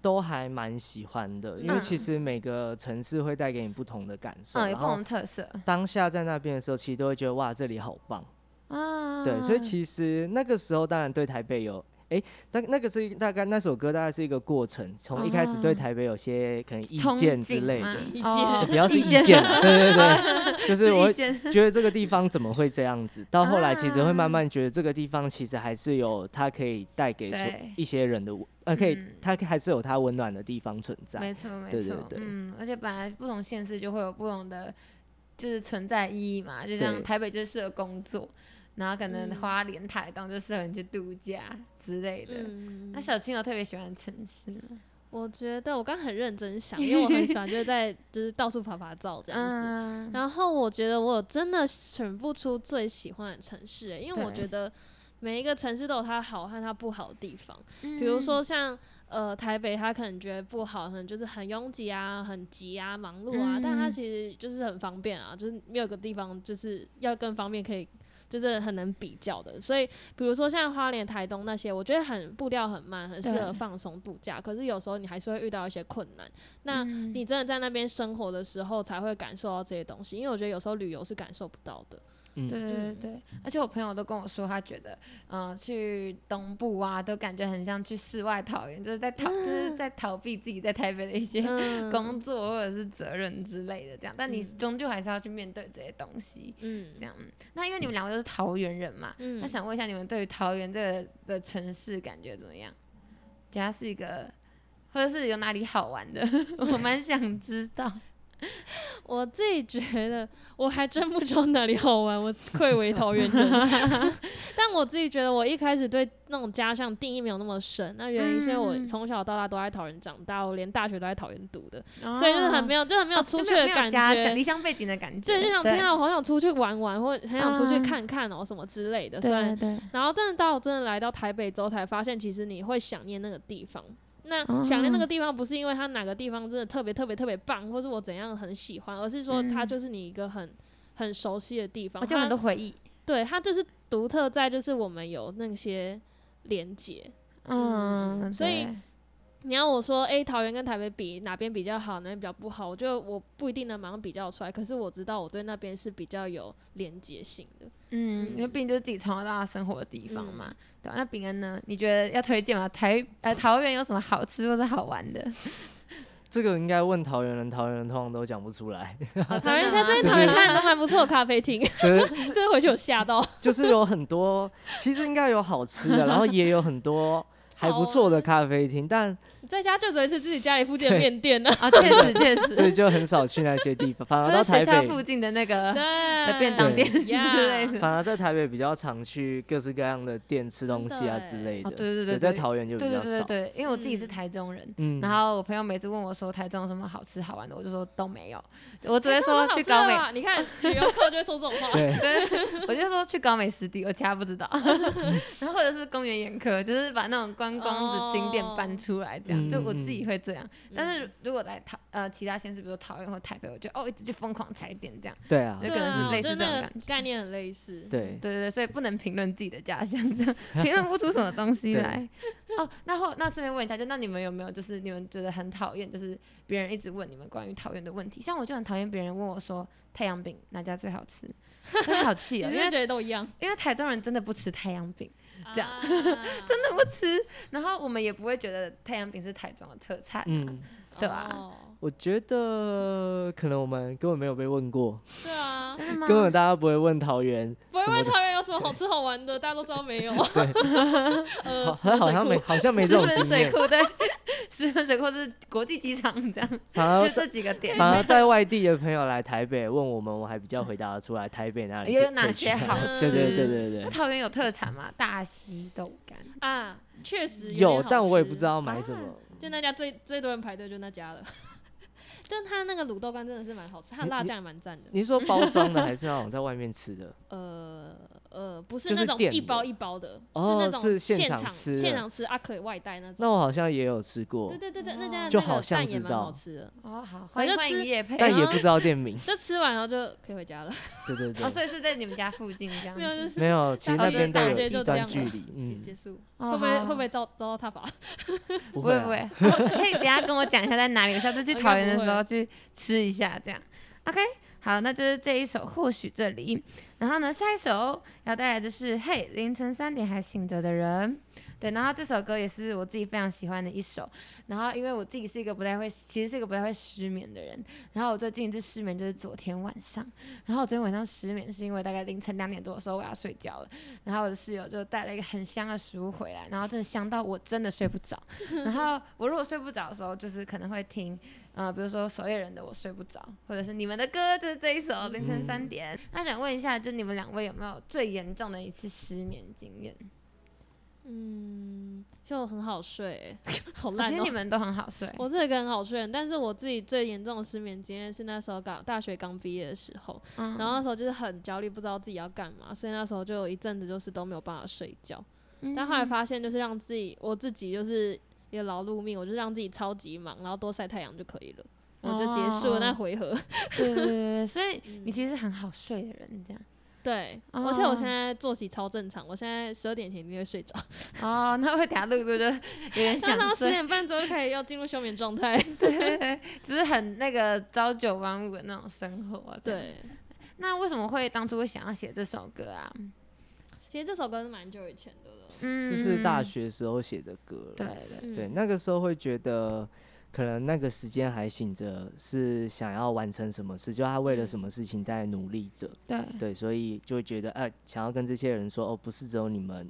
S2: 都还蛮喜欢的，因为
S3: 嗯
S2: 其实每个城市会带给你不同的感受，
S3: 嗯，有
S2: 然
S3: 不同
S2: 后
S3: 的特色
S2: 当下在那边的时候，其实都会觉得哇，这里好棒。
S3: 啊。
S2: 对，所以其实那个时候当然对台北有。哎，那那个是大概那首歌大概是一个过程，从一开始对
S3: 啊
S2: 台北有些可能意
S3: 憧
S2: 见
S3: 憬
S2: 之类
S3: 吗
S2: 的，
S4: 意
S3: 哦
S2: 也不要是意见啊，对对 对，就是我
S3: 意见啊
S2: 觉得这个地方怎么会这样子？到后来其实会慢慢觉得这个地方其实还是有它可以带给所
S3: 对
S2: 一些人的温，呃，可以
S3: 嗯
S2: 它还是有它温暖的地方存在。
S3: 没错，没错，
S2: 对对对
S3: 嗯，而且本来不同县市就会有不同的，就是存在意义嘛。就像
S2: 对
S3: 台北就适合工作，然后可能
S4: 嗯
S3: 花莲、台东就适合你去度假之类的。
S4: 嗯
S3: 那小青有特别喜欢的城市吗？
S4: 我觉得我刚很认真想，因为我很喜欢就是在就是到处爬爬照这样子。
S3: 嗯，
S4: 然后我觉得我真的选不出最喜欢的城市、欸因为我
S3: 对
S4: 觉得每一个城市都有它好和它不好的地方。
S3: 嗯
S4: 比如说像呃台北，它可能觉得不好，可能就是很拥挤啊、很急啊、忙碌啊，但它
S3: 嗯
S4: 其实就是很方便啊，就是没有个地方就是要更方便可以。就是很能比较的，所以比如说像花莲、台东那些，我觉得很步调很慢，很适
S3: 对
S4: 合放松度假。可是有时候你还是会遇到一些困难。那
S3: 嗯
S4: 你真的在那边生活的时候，才会感受到这些东西。因为我觉得有时候旅游是感受不 到的。
S2: 嗯
S3: 对对
S4: 嗯
S3: 对，而且我朋友都跟我说，他觉得，嗯、去东部啊，都感觉很像去世外桃源，就是在逃，就是在逃避自己在台北的一些
S4: 嗯
S3: 工作或者是责任之类的，这样，但你
S4: 嗯
S3: 终究还是要去面对这些东西，这
S4: 嗯
S3: 样。那因为你们两个都是桃园人嘛，
S4: 嗯
S3: 那想问一下你们对于桃园这个的城市感觉怎么样？觉得它是一个，或者是有哪里好玩的？ 我蛮想知 道。
S4: 我自己觉得我还真不知道哪里 好玩，我愧为桃园人。 但我自己觉得我一开始对那种家乡定义没有那么深，那原因是因
S3: 嗯
S4: 为我从小到大都在桃园长大，我连大学都在桃园读的，所以就是很没有，就很没有
S3: 哦
S4: 出
S3: 就
S4: 去的
S3: 没有
S4: 感
S3: 家乡
S4: 觉。
S3: 离乡背景的感觉。
S4: 对，就想天啊，我好想出去玩玩，或很想出去
S3: 嗯
S4: 看看哦、什么之类的。虽然
S3: 对对，
S4: 然后，但是到真的来到台北之后，才发现其实你会想念那个地方。那
S3: 哦
S4: 想念那个地方，不是因为它哪个地方真的特别特别特别棒，或是我怎样很喜欢，而是说它
S3: 嗯
S4: 就是你一个很很熟悉的地方。
S3: 而且有很多
S4: 它
S3: 回忆。
S4: 对它就是独特在，就是我们有那些连接。嗯
S3: 嗯，
S4: 所以
S3: 对
S4: 你要我说，诶，桃园跟台北比哪边比较好，哪边比较不好，我觉得我不一定能马上比较出来，可是我知道我对那边是比较有连接性的。
S3: 嗯，因为
S4: 嗯
S3: 毕竟就是自己从小到大生活的地方嘛，对吧、啊那饼恩呢？你觉得要推荐吗？台呃桃园有什么好吃或者好玩的？
S2: 这个应该问桃园人，桃园人通常都讲不出来。
S3: 哦
S4: 桃园，
S3: 真的
S4: 他
S3: 吗
S4: 最近
S2: 就是
S4: 桃园看的都蛮不错的咖啡厅，
S2: 对，
S4: 真的回去有吓到。
S2: 就是有很多，其实应该有好吃的，然后也有很多还不错
S3: 啊
S2: 的咖啡厅，但
S4: 在家就只会吃自己家里 附近的
S2: 对
S4: 面店呢、
S3: 啊，确实确
S2: 所以
S3: 实，
S2: 就很少去那些地方， 反而
S3: 或
S2: 到
S3: 者
S2: 台
S3: 学校附
S2: 北，
S3: 近的那个的
S4: 对，
S3: 便当店
S2: 对
S3: 之 类 的。
S2: 反而在台北比较常去各式各样的店吃东西啊之类的。
S3: 哦对对对对
S2: 在桃园就
S3: 对
S2: 比
S3: 对
S2: 较
S3: 对对
S2: 少。
S3: 对，因为我自己是
S4: 嗯
S3: 台中人。
S2: 嗯，
S3: 然后我朋友每次问我说台中有什么好吃好玩的，我就说都没有。我只
S4: 对
S3: 会
S4: 啊
S3: 说
S4: 好
S3: 去
S4: 吃
S3: 高美，
S4: 啊你看旅游客就会说这种话。
S2: 对，
S3: 我就说去高美湿地，我其他不知道。然后或者是公园眼科，就是把那种观光的景点搬出来，这样、
S2: 哦
S3: 就我自己会这样。
S4: 嗯
S3: 但是如果来桃呃其他县市，比如桃园或台北，我就哦一直去疯狂踩点这样。
S2: 对啊
S3: 就，
S4: 对
S3: 可能是
S4: 啊
S3: 类似
S4: 就
S3: 这种
S4: 那
S3: 感
S4: 个概念很类似。
S2: 对，
S3: 对对对，所以不能评论自己的家 乡，这样评论不出什么东西
S2: 对
S3: 来。哦，那后那顺便问一下，就那你们有没有就是你们觉得很讨厌，就是别人一直问你们关于桃园的问题？像我就很讨厌别人问我说太阳饼哪家最好 吃，真的好气
S4: 你
S3: 哦，因
S4: 是不是
S3: 为
S4: 觉得都一样？
S3: 因为台中人真的不吃太阳饼，这样
S4: 啊
S3: 真 的不
S2: 啊
S3: 吃， 然后我们也不会觉得太阳饼是台中的特产、嗯，
S2: 嗯，
S3: 对吧
S4: 哦
S2: 我觉得可能我们根本没有被问过，
S4: 对啊，
S3: 真的吗？
S2: 根本大家不会问桃园
S4: 不会
S2: 什
S4: 问
S2: 么的，
S4: 桃园有什么好吃好玩的，大家都知道没有。
S2: 对，
S4: 呃，
S2: 好
S4: 石
S2: 好
S4: 门水
S2: 像
S4: 库
S2: 没好像没这
S3: 石
S2: 种
S3: 门
S2: 经
S3: 水
S2: 验，
S3: 库对，石门水库是国际机场这样，
S2: 反
S3: 就
S2: 而在
S3: 这几个点。
S2: 反而在外地的朋友来台北问我们，我还比较回答得出来台北哪里
S3: 有
S2: 可以
S3: 哪
S2: 可以去
S3: 些
S2: 哪里
S3: 好
S2: 对对
S4: 吃
S2: 对对对
S3: 那。桃园有特产吗？大溪豆干。
S4: 啊，确实
S2: 有，
S4: 点好
S2: 但我也
S4: 吃
S2: 不知。道买什
S3: 啊
S2: 么。
S4: 就那家最最多人排队就那家了， 就它那个卤豆干真的是蛮好吃，它的
S2: 你
S4: 辣
S2: 你
S4: 酱也蛮赞的。
S2: 你是说包装的还是那种在外面吃的？
S4: 呃呃，不是
S2: 就是
S4: 那种
S2: 店
S4: 一包
S2: 的
S4: 一包的，
S2: 哦
S4: 是那种
S2: 是现
S4: 现
S2: 场
S4: 场
S2: 吃
S4: 现
S2: 的
S4: 场吃啊，可以外带那种。
S2: 那我好像也有吃过
S4: 对，对对对，那家的
S2: 就
S4: 那个
S2: 好像
S4: 蛋也
S2: 知
S4: 蛮好
S2: 道
S4: 吃的，
S3: 哦，好，
S4: 我
S3: 欢迎
S4: 就
S3: 欢迎
S4: 吃
S3: 叶配。
S2: 但也
S4: 啊
S2: 不知道店名。
S4: 就吃完然后就可以回家了。
S2: 对对对
S3: 哦，，所以是在你们家附近这样
S4: 没有就
S3: 子。
S4: 是
S2: 没有，其实
S4: 大
S2: 那
S4: 街
S2: 边都
S4: 大
S2: 有
S4: 街就
S2: 一
S4: 这
S2: 段
S4: 样
S2: 距
S4: 了
S2: 离，
S4: 结
S2: 嗯，
S4: 结束，
S3: 哦
S4: 会不会
S3: 好
S4: 会不会遭遭到踏伐？
S2: 不
S3: 不会
S2: 啊
S3: 不，会， 我可以等一下跟我讲一下在哪里，我下 次去
S4: 应该
S3: 桃园的
S4: 不会
S3: 时候去吃一下这样。OK，好，那就是这一首或许这里，然后呢，下一首要带来的是《嘿，凌晨三点还醒着的人》。对，然后这首歌也是我自己非常喜欢的一首。然后因为我自己是一个不太会，其实是一个不太会失眠的人。然后我最近一次失眠就是昨天晚上。然后我昨天晚上失眠是因为大概凌晨两点多的时候我要睡觉了，然后我的室友就带了一个很香的食物回来，然后真的香到我真的睡不着。 然后我如果睡不着的时候，就是可能会听，呃，比如说守夜人的《我睡不着》，或者是你们的歌，就是这一
S4: 嗯
S3: 首凌晨三点。那想问一下，就你们两位有没有最严重的一次失眠经验？
S4: 嗯，就很 好睡欸，好
S3: 其
S4: 烂
S3: 实
S4: 哦
S3: 你。们都很好睡，
S4: 我这个很好睡，但是我自己最严重的失眠经验是那时候刚大学刚毕业的时候，
S3: 嗯
S4: 然后那时候就是很焦虑，不知道自己要干嘛，所以那时候就有一阵子就是都没有办法睡觉。
S3: 嗯
S4: 但后来发现，就是让自己我自己就是也劳碌命，我就让自己超级忙，然后多晒太阳就可以了，我就结束了那
S3: 哦
S4: 回合。
S3: 对对对对，所以
S4: 嗯
S3: 你其实很好睡的人，这样
S4: 对，而且我
S3: 哦
S4: 现在作息超正常，我现在十二点前一定会睡着，
S3: 哦， 那会打录录的，有点
S4: 然
S3: 想
S4: 后十
S3: 睡，
S4: 点半之后就开始要进入休眠状态。
S3: 对对对， 只是很那个朝九晚五的那种生活。啊这样，
S4: 对，
S3: 那为什么会当初会想要写这首歌啊？
S4: 其实这首歌是蛮久以前的了。
S3: 嗯，
S2: 就是大学时候写的歌
S3: 对
S2: 了。
S3: 对
S4: 嗯
S2: 对，那个时候会觉得，可能那个时间还醒着，是想要完成什么事，就他为了
S4: 嗯
S2: 什么事情在努力着。
S3: 对，
S2: 对，所以就会觉得，哎、想要跟这些人说，哦，不是只有你们，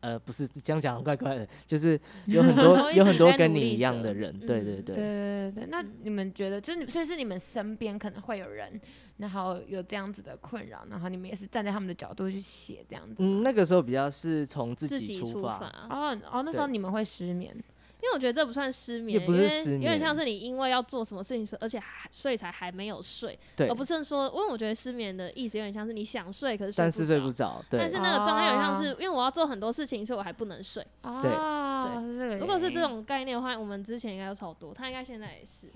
S2: 呃，不是这样讲怪怪的，就是有很
S4: 很 多
S2: 多
S4: 一
S2: 有
S4: 起
S2: 很多
S4: 在
S2: 跟
S4: 努
S2: 你
S4: 力
S2: 一样
S4: 着
S2: 的人，对
S4: 嗯
S2: 对对，
S3: 对对对对，那
S4: 嗯
S3: 你们觉得，就是你所以是你们身边可能会有人，然后有这样子的困扰，然后你们也是站在他们的角度去写这样子。
S2: 嗯，那个时候比较是从自
S4: 自
S2: 己
S4: 己
S2: 出
S4: 出
S2: 发，
S4: 发，
S3: 哦哦，那时候
S2: 对
S3: 你们会失眠，
S4: 因为我觉得这不算失眠，
S2: 也不
S4: 因
S2: 是
S4: 为
S2: 失
S4: 有点
S2: 眠
S4: 像是你因为要做什么事情，所而且还所以才还没有睡，
S2: 对
S4: 而，不是说，因为我觉得失眠的意思有点像是你想睡，可是
S2: 但是睡
S4: 不
S2: 不
S4: 着。
S2: 着，
S4: 但
S2: 对
S4: 是，那个状态有点像
S3: 哦
S4: 是，因为我要做很多事情，所以我还不能睡。
S3: 哦，是这个
S4: 如果是
S3: 原
S4: 这
S3: 因，
S4: 种概念的话，我们之前应该都超多，他应该现在也是。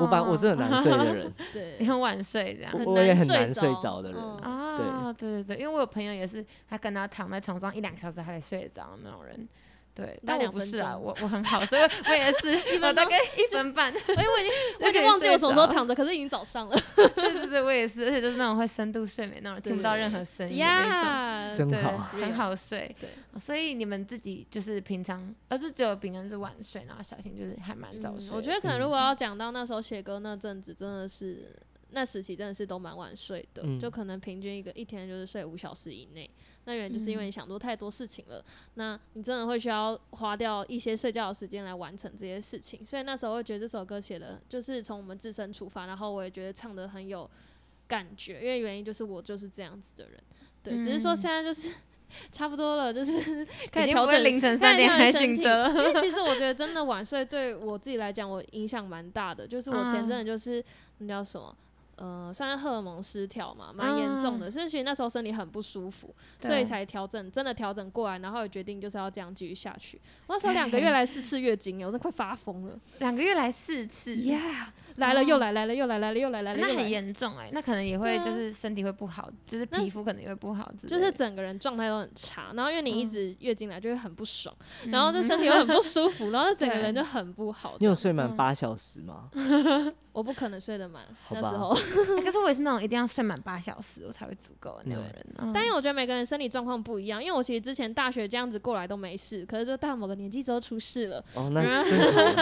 S2: 我把我是很难睡的人，
S4: 对
S3: 你，哦 很晚睡这样
S4: 很。
S2: 我我也
S4: 难
S2: 很
S4: 睡
S2: 难睡
S4: 着
S2: 着的人
S4: 嗯
S3: 啊，对对对，因为我有朋友也是，他跟他躺在床上一两个小时他才睡得着的那种人。对，但
S4: 那
S3: 我
S4: 两
S3: 不
S4: 分
S3: 是啊，
S4: 钟
S3: 我我很好，所以我也是，
S4: 一
S3: 我
S4: 分
S3: 大
S4: 钟
S3: 概一分半，
S4: 所以哎我已经我
S3: 就
S4: 已经
S3: 可以
S4: 忘记
S3: 睡
S4: 我什么时候
S3: 着
S4: 躺着，可是已经早上了。
S3: 对对对，我也是，而且就是那种会深度睡眠那种，听不到任何声音的那种。
S4: 呀，
S2: 真
S3: 对，
S2: 好。
S3: 很好睡。哦
S4: 对，
S3: 所以你们自己就是平常，而是只有平常是晚睡，然后小新就是还蛮早睡的。
S4: 我觉得可能
S2: 嗯
S4: 如果要讲到那时候写歌那阵子，真的是那时期真的是都蛮晚睡的，
S2: 嗯
S4: 就可能平均一个一天就是睡五小时以内。那原因就是
S3: 嗯
S4: 因为你想做太多事情了，那你真的会需要花掉一些睡觉的时间来完成这些事情。所以那时候会觉得这首歌写的就是从我们自身出发，然后我也觉得唱的很有感觉，因为原因就是我就是这样子的人。对，只是说
S3: 嗯
S4: 现在就是 差不多了，就是
S3: 已经
S4: 开始调
S3: 不会
S4: 整
S3: 凌 晨三
S4: 看
S3: 点
S4: 他的
S3: 还
S4: 身
S3: 醒
S4: 体
S3: 着了。
S4: 因为其实我觉得真的
S3: 嗯
S4: 晚睡对我自己来讲，我影响蛮大的。就是我前阵子就是那叫什么，呃，算是荷尔蒙失调嘛，蛮严重的，所以其实那时候身体很不舒服，所以
S3: 嗯对
S4: 才调整，真的调整过来，然后也决定就是要这样继续下去。我那时候 两个月来四次月经耶，我都快发疯了。
S3: 两个月来四次
S4: Yeah，来 了又来，来了又来，来了又来，来了又
S3: 哦那很
S4: 来，
S3: 严重哎、那可能也会
S4: 对啊
S3: 就是身体会不好，就是
S4: 那
S3: 皮肤可能也会不好之类的，
S4: 就是整个人状态都很差。然后因为你一直月经来就会很不爽，
S3: 嗯
S4: 然后就身体又很不舒服，然后整个
S3: 对
S4: 人就很不好。
S2: 你有睡满
S3: 嗯
S2: 八小时吗？
S4: 我不可能睡得满，
S2: 好
S4: 那
S2: 吧
S4: 时候。
S3: 欸 可是我也是那种一定要睡满八小时我才会足够的那种
S2: 对
S3: 人。嗯
S4: 但因为我觉得每个人身体状况不一样，因为我其实之前大学这样子过来都没事，可是就到某个年纪之后出事了，
S2: 哦，那是正常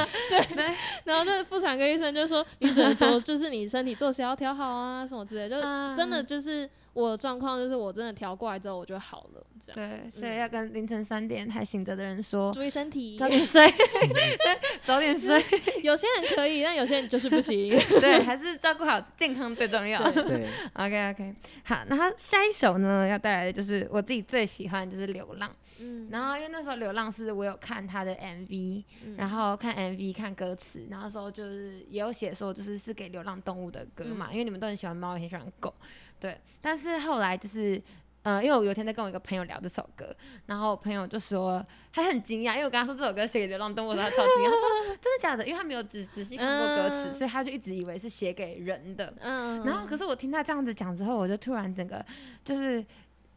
S2: 的。
S4: 然后就是妇产科医生就说你只能 多，就是你身体作息要调好啊什么之类，就是
S3: 啊
S4: 真的就是我的状况就是我真的调过来之后我就好了，这样
S3: 对，所以要跟凌晨三点还醒着的人说，
S4: 注意身体
S3: 早。点 睡， 对，早点睡，
S4: 有些人可以，但有些人就是不行。
S3: 对，还是照顾好健康最重要。
S4: 对
S2: 对，
S3: OK OK，好，然后下一首呢，要带来的就是我自己最喜欢的就是《流浪》，
S4: 嗯，
S3: 然后因为那时候《流浪》是我有看他的 MV，
S4: 嗯
S3: 然后看 MV 看歌词，然后那时候就是也有写说，就是是给流浪动物的歌
S4: 嗯
S3: 嘛，因为你们都很喜欢猫，也很喜欢狗，对。但是后来就是，呃，因为我有一天在跟我一个朋友聊这首歌，然后我朋友就说他很惊讶，因为我跟他说这首歌写给流浪动物的时候，他超惊讶，他说真的假的？因为他没有仔仔细看过歌词，
S4: 嗯
S3: 所以他就一直以为是写给人的。
S4: 嗯，
S3: 然后可是我听他这样子讲之后，我就突然整个就是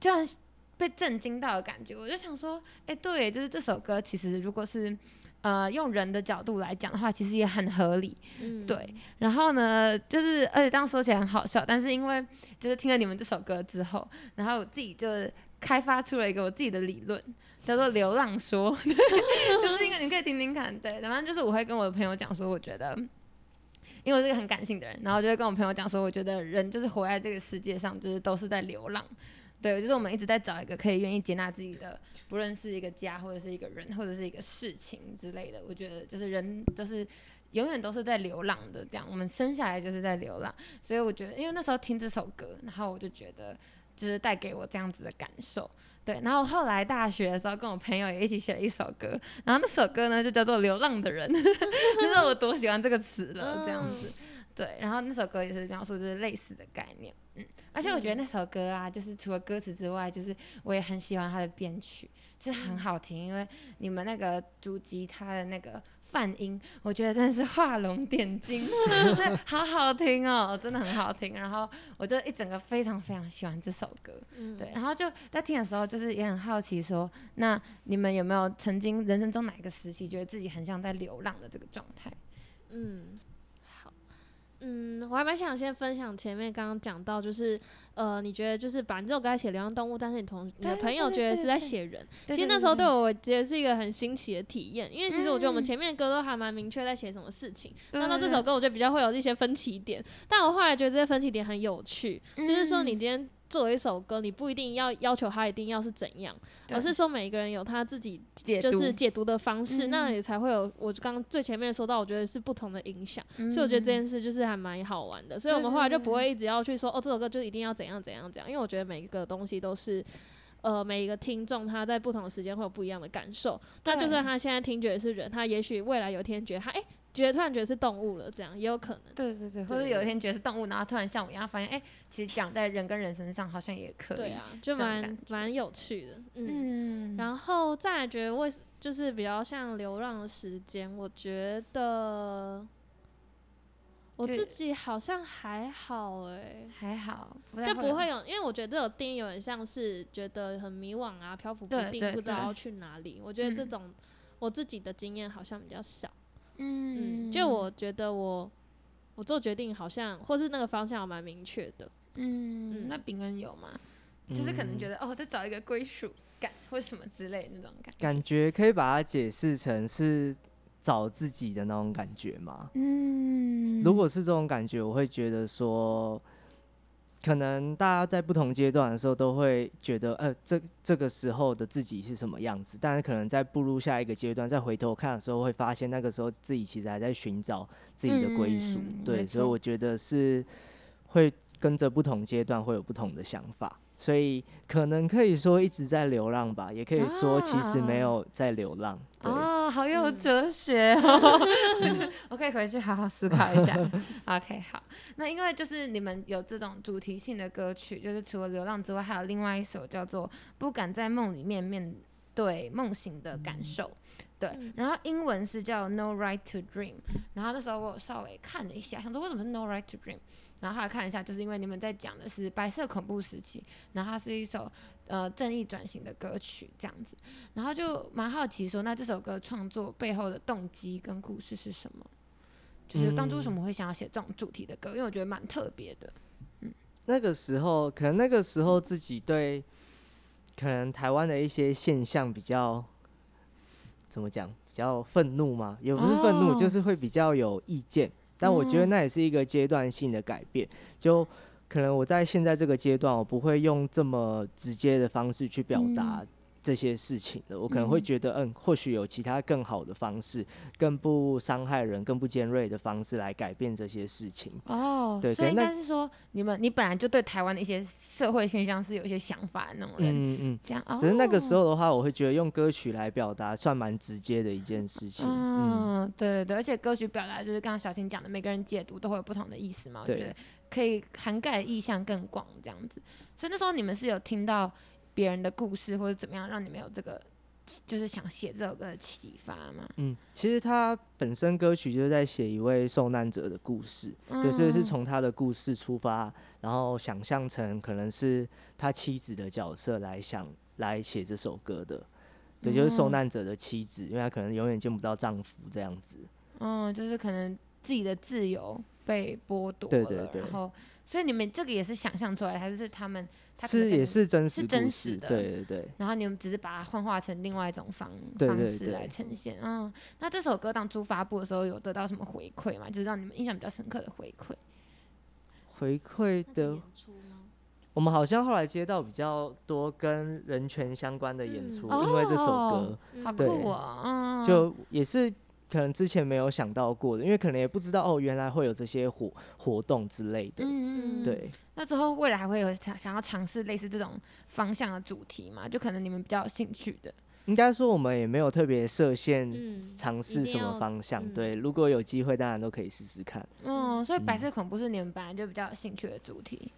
S3: 突然被震惊到的感觉，我就想说，哎、对耶，就是这首歌其实如果是呃用人的角度来讲的话，其实也很合理。
S4: 嗯
S3: 对，然后呢，就是而且当时说起来很好笑，但是因为就是听了你们这首歌之后，然后我自己就开发出了一个我自己的理论，叫做“流浪说”， 就是一个你可以听听看，对，反正就是我会跟我的朋友讲说，我觉得。因为我是一个很感性的人，然后我就会跟我朋友讲说，我觉得人就是活在这个世界上，就是都是在流浪，对，就是我们一直在找一个可以愿意接纳自己的，不论是一个家或者是一个人或者是一个事情之类的。我觉得就是人都是永远都是在流浪的，这样我们生下来就是在流浪，所以我觉得，因为那时候听这首歌，然后我就觉得就是带给我这样子的感受，对。然后后来大学的时候，跟我朋友也一起写了一首歌，然后那首歌呢就叫做《流浪的人》， 就是我多喜欢这个词了，这样子。对，然后那首歌也是描述就是类似的概念，嗯，而且我觉得那首歌啊，就是除了歌词之外，就是我也很喜欢它的编曲，就是很好听，因为你们那个主吉他的那个泛音，我觉得真的是画龙点 睛，真的好好听哦，真的很好听。然后我就一整个非常非常喜欢这首歌，
S4: 嗯
S3: 对，然后就在听的时候，就是也很好奇说，那你们有没有曾经人生中哪一个时期觉得自己很像在流浪的这个状态？
S4: 嗯，好，嗯，我还蛮想先分享前面刚刚讲到，就是呃，你觉得就是把你这首歌在写流浪动物，但是你同你的
S3: 对
S4: 朋友
S3: 对
S4: 觉得
S3: 对
S4: 是在
S3: 对
S4: 写人，
S3: 对
S4: 其实
S3: 对
S4: 那时候对
S3: 对
S4: 我觉得是一个很新奇的体验，因为其实我觉得我
S3: 嗯
S4: 们前面的歌都还蛮明确在写什么事情，
S3: 对
S4: 那到这首歌我就比较会有一些分歧点，但我后来觉得这些分歧点很有趣，
S3: 嗯
S4: 就是说你今天作为一首歌，你不一定要要求它一定要是怎样，而
S3: 对
S4: 是说每一个人有他自己
S3: 嗯解读，
S4: 就是解读的方式，那
S3: 嗯
S4: 也才会有我刚刚最前面说到，我觉得是不同的影响，
S3: 嗯
S4: 所以我觉得这件事就是还蛮好玩的，所以我们
S3: 对
S4: 后来
S3: 对
S4: 就不
S3: 对
S4: 会一直要去说哦这首歌就一定要怎样怎样怎样，因为我觉得每一个东西都是。呃，每一个听众他在不同的时间会有不一样的感受。那就
S3: 对
S4: 算他现在听觉得是人，他也许未来有一天觉得他哎、觉得突然觉得是动物了，这样也有可能。
S3: 对对对，或者有一天觉得是动物，然后突然像我一样发现，哎、其实讲在人跟人身上好像也可以。
S4: 对，啊，
S3: 这
S4: 就
S3: 种
S4: 蛮
S3: 感
S4: 蛮有趣的。
S3: 嗯，
S4: 嗯，
S3: 后
S4: 然后再来觉得为就是比较像流浪的时间，我觉得我
S3: 就
S4: 自己好像还好哎、
S3: 还好，
S4: 就
S3: 太
S4: 不会
S3: 有
S4: 有，因为我觉得这种定义有点像是觉得很迷惘啊，漂浮不
S3: 对
S4: 定，
S3: 对
S4: 不知道
S3: 对
S4: 要去哪里。 我觉得这
S3: 嗯
S4: 种、我自己的经验好像比较少，嗯，
S3: 嗯，
S4: 就我觉得我我做决定好像或是那个方向还蛮明确的，
S3: 嗯，
S4: 嗯
S3: 那饼恩有吗？就是可能觉
S2: 得
S3: 得、哦，在找一个归属感或什么之类的那种感觉。
S2: 感觉可以把它解释成是找自己的那种感觉吗？
S3: 嗯
S2: 如果是这种感觉，我会觉得说，可能大家在不同阶段的时候都会觉得，呃，这这个时候的自己是什么样子，但是可能在步入下一个阶段，再回头看的时候，会发现那个时候自己其实还在寻找自己的归属。
S3: 嗯没
S2: 对，所以
S3: 错
S2: 我觉得是会跟着不同阶段会有不同的想法。所以可能可以说一直在流浪吧，也可以说其实没
S3: 啊
S2: 有在流浪。对，
S3: 哦，哦，好有哲学哦！ 我可以回去好好思考 一下。OK，好，那因为就是你们有这种主题性的歌曲，就是除了《流浪》之外，还有另外一首叫做《不敢在梦里面面对梦醒的感受》。对
S4: 嗯，
S3: 然后英文是叫《No Right to Dream》，然后那时候我有稍微看了一下，想说为什么是《No Right to Dream》，然后后来看一下，就是因为你们在讲的是白色恐怖时期，然后它是一首呃正义转型的歌曲这样子，然后就蛮好奇说，那这首歌创作背后的动机跟故事是什么？就是当初为什
S2: 嗯
S3: 么会想要写这种主题的歌？因为我觉得蛮特别的。
S2: 那个时候，可能那个时候自己对可能台湾的一些现象比较怎么讲，比较愤怒嘛，也不是愤怒，
S3: 哦
S2: 就是会比较有意见。但我觉得
S3: 嗯
S2: 那也是一个阶段性的改变，就可能我在现在这个阶段，我不会用这么直接的方式去表达
S3: 嗯
S2: 这些事情了。我可能会
S3: 嗯
S2: 觉得，嗯，或许有其他更好的方式，更不伤害人、更不尖锐的方式来改变这些事情。
S3: 哦，
S2: 对
S3: 所以
S2: 对
S3: 应
S2: 那
S3: 该是说你们你本来就对台湾的一些社会现象是有一些想法的那种人，
S2: 嗯嗯嗯。
S3: 这样哦。
S2: 只是那个时候的话，我会觉得用歌曲来表达算蛮直接的一件事情。嗯，
S3: 嗯，对对对，而且歌曲表达就是刚刚小青讲的，每个人解读都会有不同的意思嘛，我觉
S2: 对
S3: 得可以涵盖的意向更广这样子。所以那时候你们是有听到别人的故事或者怎么样，让你们有这个就是想写这首歌的启发吗？
S2: 嗯，其实他本身歌曲就是在写一位受难者的故事，就是是
S3: 嗯
S2: 从他的故事出发，然后想象成可能是他妻子的角色来想来写这首歌的。对，就是受
S3: 嗯
S2: 难者的妻子，因为她可能永远见不到丈夫这样子。
S3: 嗯，就是可能自己的自由被剥夺了，
S2: 对对对
S3: 然后所以你们这个也是想象出来的，还是他们他可能
S2: 是
S3: 跟
S2: 也
S3: 你，
S2: 是真实
S3: 是
S2: 故
S3: 真
S2: 事，
S3: 实的
S2: 对对对。
S3: 然后你们只是把它幻化成另外一种方
S2: 对
S3: 方
S2: 对
S3: 式
S2: 对
S3: 来呈现。嗯，那这首歌当初发布的时候有得到什么回馈吗？就是让你们印象比较深刻的回馈。
S2: 回馈的我们好像后来接到比较多跟人权相关的演
S4: 嗯
S2: 出，
S3: 哦
S2: 因为这首歌、
S3: 好
S2: 对
S3: 酷哦，嗯，
S2: 就也是可能之前没有想到过的，因为可能也不知道哦，原来会有这些活活动之类的。
S3: 嗯嗯，嗯。
S2: 对，
S3: 那之后未来还会有想想要尝试类似这种方向的主题吗？就可能你们比较有兴趣的。
S2: 应该说我们也没有特别设限
S4: 嗯，
S2: 尝
S4: 一
S2: 试
S4: 定
S2: 什么
S4: 要
S2: 方向。
S4: 嗯
S2: 对，如果有机会，当然都可以试试看。
S3: 嗯，所以白
S2: 嗯
S3: 色恐怖是你们本来就比较有兴趣的主题。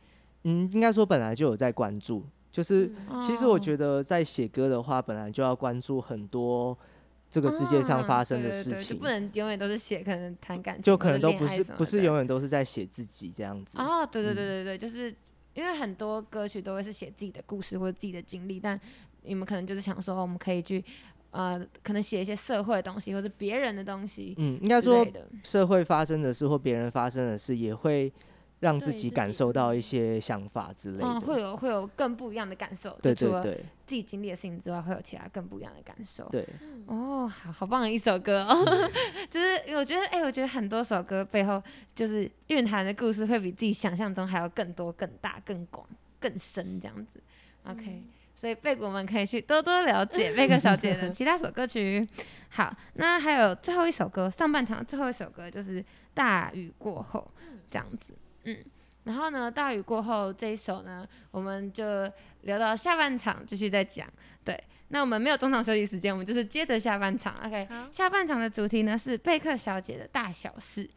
S2: 嗯，应该说本来就有在关注，就是
S4: 嗯
S2: 其实我
S3: 得。
S2: 觉得在写歌的话，本来就要关注很多这个世界上
S3: 啊
S2: 发生的
S3: 对对
S2: 事
S3: 对
S2: 情，
S3: 就不能永远都是写可能谈感情，
S2: 就可能都
S3: 或者
S2: 不
S3: 恋爱
S2: 是
S3: 什么
S2: 不是
S3: 的
S2: 永远都是在写自己这样子。
S3: 哦，对对
S2: 嗯
S3: 对对对，就是因为很多歌曲都会是写自己的故事或者自己的经历，但你们可能就是想说，哦我们可以去呃，可能写一些社会的东西或者别人的东西
S2: 嗯，应该
S3: 之
S2: 说
S3: 类的。
S2: 社会发生的事或别人发生的事，也会让自
S4: 对自
S2: 己
S4: 己
S2: 感受到
S4: 嗯哦
S2: 一些想法之类
S3: 嗯，会
S2: 的。
S3: 有会有更不一样的感受，
S2: 对
S3: 就除
S2: 对
S3: 了
S2: 对
S3: 自己经历的事情之外，会有其他更不一样的感受。
S2: 对，
S3: 哦，好好棒的一首歌哦！就是我觉得，哎、我觉得很多首歌背后就是蕴含的故事，会比自己想象中还要更多、更大、更广、更深这样子。OK，、所以贝果们可以去多多了解贝克小姐的其他首歌曲。好，那还有最后一首歌，上半场的最后一首歌就是《大雨过后》这样子，嗯。然后呢，《大雨过后》这一首呢，我们就留到下半场继续再讲。对，那我们没有中场休息时间，我们就是接着下半场。OK，
S4: 好
S3: 下半场的主题呢是贝克小姐的大小事，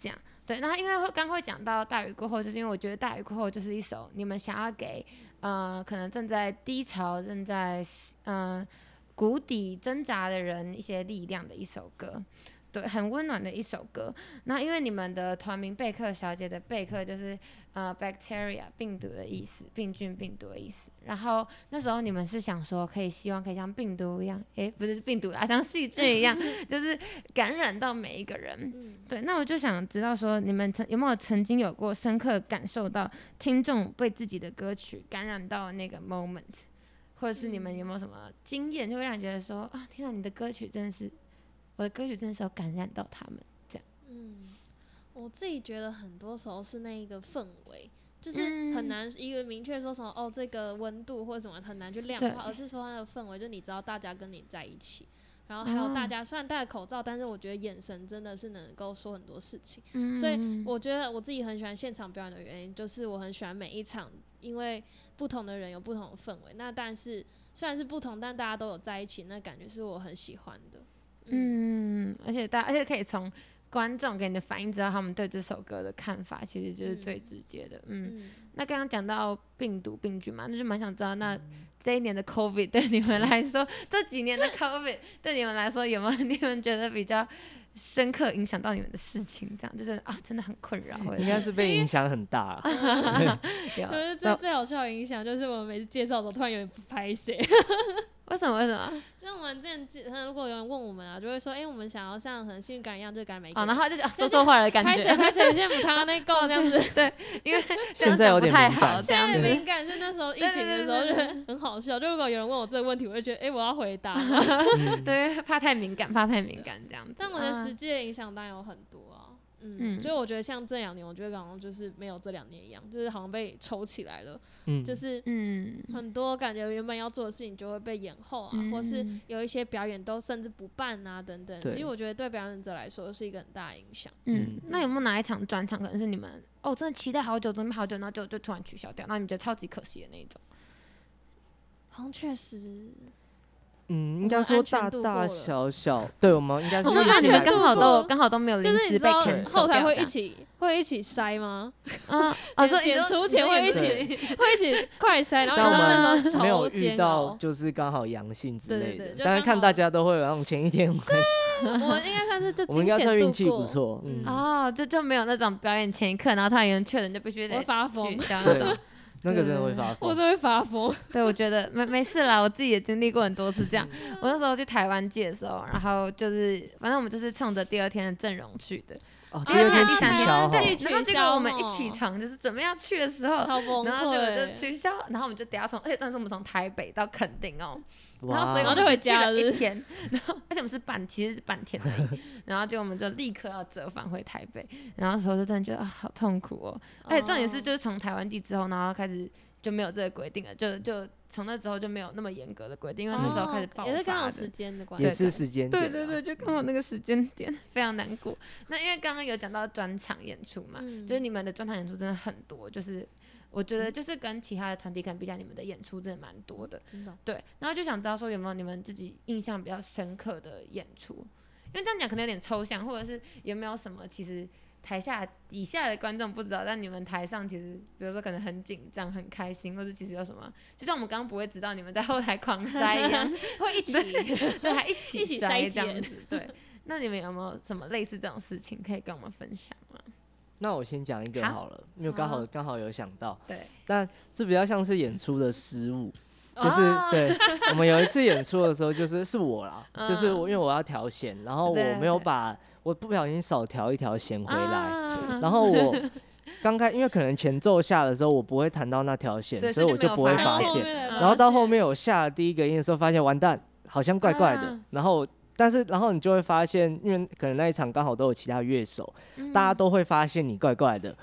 S3: 这样对。然后因为会刚会讲到大雨过后，就是因为我觉得大雨过后就是一首你们想要给呃可能正在低潮、正在嗯、呃谷底挣扎的人一些力量的一首歌。对，很温暖的一首歌。那因为你们的团名贝克小姐的贝克就是呃 bacteria 病毒的意思，病菌、病毒的意思。然后那时候你们是想说，可以希望可以像病毒一样，诶，不是病毒啦，像细菌一样，就是感染到每一个人。
S4: 嗯
S3: 对，那我就想知道说，你们曾有没有曾经有过深刻感受到听众被自己的歌曲感染到那个 moment，或者是你们有没有什么经验，就会让你觉得说，啊，天啊，你的歌曲真的是，我的歌曲真的是有感染到他们。
S4: 嗯，我自己觉得很多时候是那一个氛围，就是
S3: 嗯
S4: 很难一个明确说什么哦，这个温度或者什么很难去量
S3: 对
S4: 化，而是说它的氛围，就你知道大家跟你在一起。然后还有大
S3: 哦
S4: 家虽然戴了口罩，但是我觉得眼神真的是能够说很多事情。
S3: 嗯
S4: 所以我觉得我自己很喜欢现场表演的原因，就是我很喜欢每一场，因为不同的人有不同的氛围。那但是虽然是不同，但大家都有在一起，那感觉是我很喜欢的。
S3: 嗯，而且大而且可以从观众给你的反应知道他们对这首歌的看法，其实就是最
S4: 嗯
S3: 直接的。嗯，
S4: 嗯，
S3: 那刚刚讲到病毒病菌嘛，那就蛮想知道，那
S2: 嗯
S3: 这一年的 COVID 对你们来说，这几年的 COVID 对你们来说有没有你们觉得比较深刻影响到你们的事情？这样就是啊，真的很困扰，或者
S2: 应该是被影响很 大。啊
S3: 有
S4: 可是最
S2: 那
S4: 最好笑的影响就是我们每次介绍的时候突然有点不 拍谁，
S3: 为什么哦为什么？
S4: 就是我们之前记，如果有人问我们啊，就会说，哎、我们想要像很幸运感一样，就是感染每一个
S3: 啊，
S4: 人。
S3: 然后就是、啊、说错话了的感
S4: 拍谁
S3: 觉，
S4: 拍谁，现在不他那够这样子，
S3: 因为这样
S2: 现在有
S3: 讲不
S2: 点
S3: 太
S2: 敏感
S3: 好，这
S4: 现
S3: 样
S4: 在很
S3: 子。
S4: 敏感。就 那时候疫情的时候，
S3: 对对对对
S4: 就很好笑。就如果有人问我这个问题，我就觉得，哎、我要回 答吗。
S2: 嗯
S3: 对，怕太敏感，怕太敏感这样子。
S4: 但我觉得
S3: 啊
S4: 实际的影响当然有很多啊。
S3: 嗯
S4: 嗯，就我觉得像这两年，我觉得好像就是没有这两年一样，就是好像被抽起来了，
S2: 嗯
S4: 就是
S3: 嗯，
S4: 很多感觉原本要做的事情就会被延后啊，或是
S3: 嗯
S4: 有一些表演都甚至不办啊等等。
S2: 对
S4: 其实我觉得对表演者来说是一个很大的影响。
S3: 嗯
S2: 嗯，
S3: 那有没有哪一场专场可能是你们哦，真的期待好久，准备好久，然后就就突然取消掉，然后你们觉得超级可惜的那一种？
S4: 好像确实，
S2: 嗯，
S4: 我
S2: 应该
S4: 们
S2: 说
S4: 安全
S2: 大
S4: 度过
S2: 大
S4: 了
S2: 小小，对我们应啊该是
S3: 我
S4: 我们
S2: 一
S4: 安
S3: 看
S2: 起
S3: 你
S4: 全
S2: 来
S3: 们刚
S4: 度
S2: 过
S3: 好都
S4: 过
S3: 刚好都没有
S4: 就
S3: 临
S4: 是你
S3: 时
S4: 知
S3: 被
S4: 道
S3: cancel
S4: 后台
S3: 掉
S4: 会
S3: 这
S4: 一
S3: 样
S4: 起会一起筛吗？
S3: 嗯， 哦，所以你
S4: 剪
S3: 说你
S4: 出钱
S3: 说
S4: 会
S3: 你
S4: 一
S3: 说
S4: 起
S3: 你
S4: 会一起快筛，然后
S2: 但
S4: 你
S2: 我
S4: 知道那
S2: 们
S4: 时候
S2: 没
S4: 超
S2: 有遇
S4: 煎
S2: 到
S4: 熬。
S2: 就是刚好阳性之
S4: 对对
S2: 类
S4: 对
S2: 的
S4: 就，
S2: 但是
S4: 刚
S2: 看
S4: 好
S2: 大家都会有那种前一天会，
S4: 我们应该算是就
S2: 我们应
S4: 惊
S2: 该
S4: 险
S2: 算
S4: 度
S2: 运气不
S4: 过啊
S2: 错，嗯，
S3: 哦，就就没有那种表演前一刻，然后他有人确诊就必须
S4: 我
S3: 得
S4: 会发疯
S3: 取消那
S2: 对啊
S3: 种。，
S2: 那个真的会发
S4: 我
S2: 疯
S4: 都，会发 疯。
S3: 对，我觉得没没事啦，我自己也经历过很多次这样。
S4: 嗯
S3: 我那时候去台湾记的时候，然后就是反正我们就是冲着第二天的阵容去的，
S2: 哦，第
S3: 因为
S2: 二
S3: 他
S2: 天
S3: 第三
S2: 取
S3: 天
S2: 消
S4: 自
S2: 哈
S4: 己，
S3: 然后结果
S4: 取消
S3: 我们一
S4: 哦
S3: 起床就是准备要去的时候。
S4: 超崩
S3: 然后结果就
S4: 溃。欸
S3: 取消，然后我们就等从，而且当时我们从台北到垦丁哦，然后所以
S4: 然
S2: 哇
S3: 我
S4: 后就，
S3: 们去了
S4: 回家了
S3: 一
S4: 是不
S3: 天，然后而且我们是半，其实是半天而已，然后结果我们就立刻要折返回台北，然后那时候就真的觉得啊好痛苦哦，而且重点是就是从台湾地之后，然后开始就没有这个规定了，就就从那之后就没有那么严格的规定，因为那
S4: 哦
S3: 时候开始爆发
S4: 也是刚好
S3: 的
S4: 时间的啊关
S2: 也
S4: 系。
S2: 是时间
S3: 对
S2: 点
S3: 对
S2: 啊，
S3: 对，就刚好那个时间点，非常难过。那因为刚刚有讲到专场演出嘛，
S4: 嗯
S3: 就是你们的专场演出真的很多，就是我觉得就是跟其他的团体可能比较，你们的演出真的蛮多的。
S4: 真的
S3: 对，然后就想知道说有没有你们自己印象比较深刻的演出，因为这样讲可能有点抽象，或者是有没有什么其实台下底下的观众不知道，但你们台上其实比如说可能很紧张、很开心，或者其实有什么，就像我们刚刚不会知道你们在后台狂塞一样，
S4: 会一起，
S3: 对， 还一起
S4: 一起
S3: 筛
S4: 筛
S3: 这样
S4: 检
S3: 子。对，那你们有没有什么类似这种事情可以跟我们分享吗？
S2: 那我先讲一个
S3: 好
S2: 好了，因为刚
S3: 好
S2: 好刚好有想到，
S3: 对，
S2: 但这比较像是演出的失误，就
S3: 哦
S2: 是对我们有一次演出的时候，就是是我啦，就是我因为我要调弦，然后我没有
S3: 嗯对
S2: 把我不小心少调一条弦回来，
S3: 啊
S2: 然后我刚开因为可能前奏下的时候我不会弹到那条弦
S3: 对，
S2: 所以
S3: 所以
S2: 我
S3: 就没
S2: 就
S3: 有
S2: 不会
S3: 发
S2: 发
S3: 现
S2: 现，
S3: 嗯
S2: 然后到后面我下了第一个音的时候，发现完蛋，好像怪怪的
S3: 啊，
S2: 然后。但是，然后你就会发现，因为可能那一场刚好都有其他乐手，
S3: 嗯
S2: 大家都会发现你怪怪 的，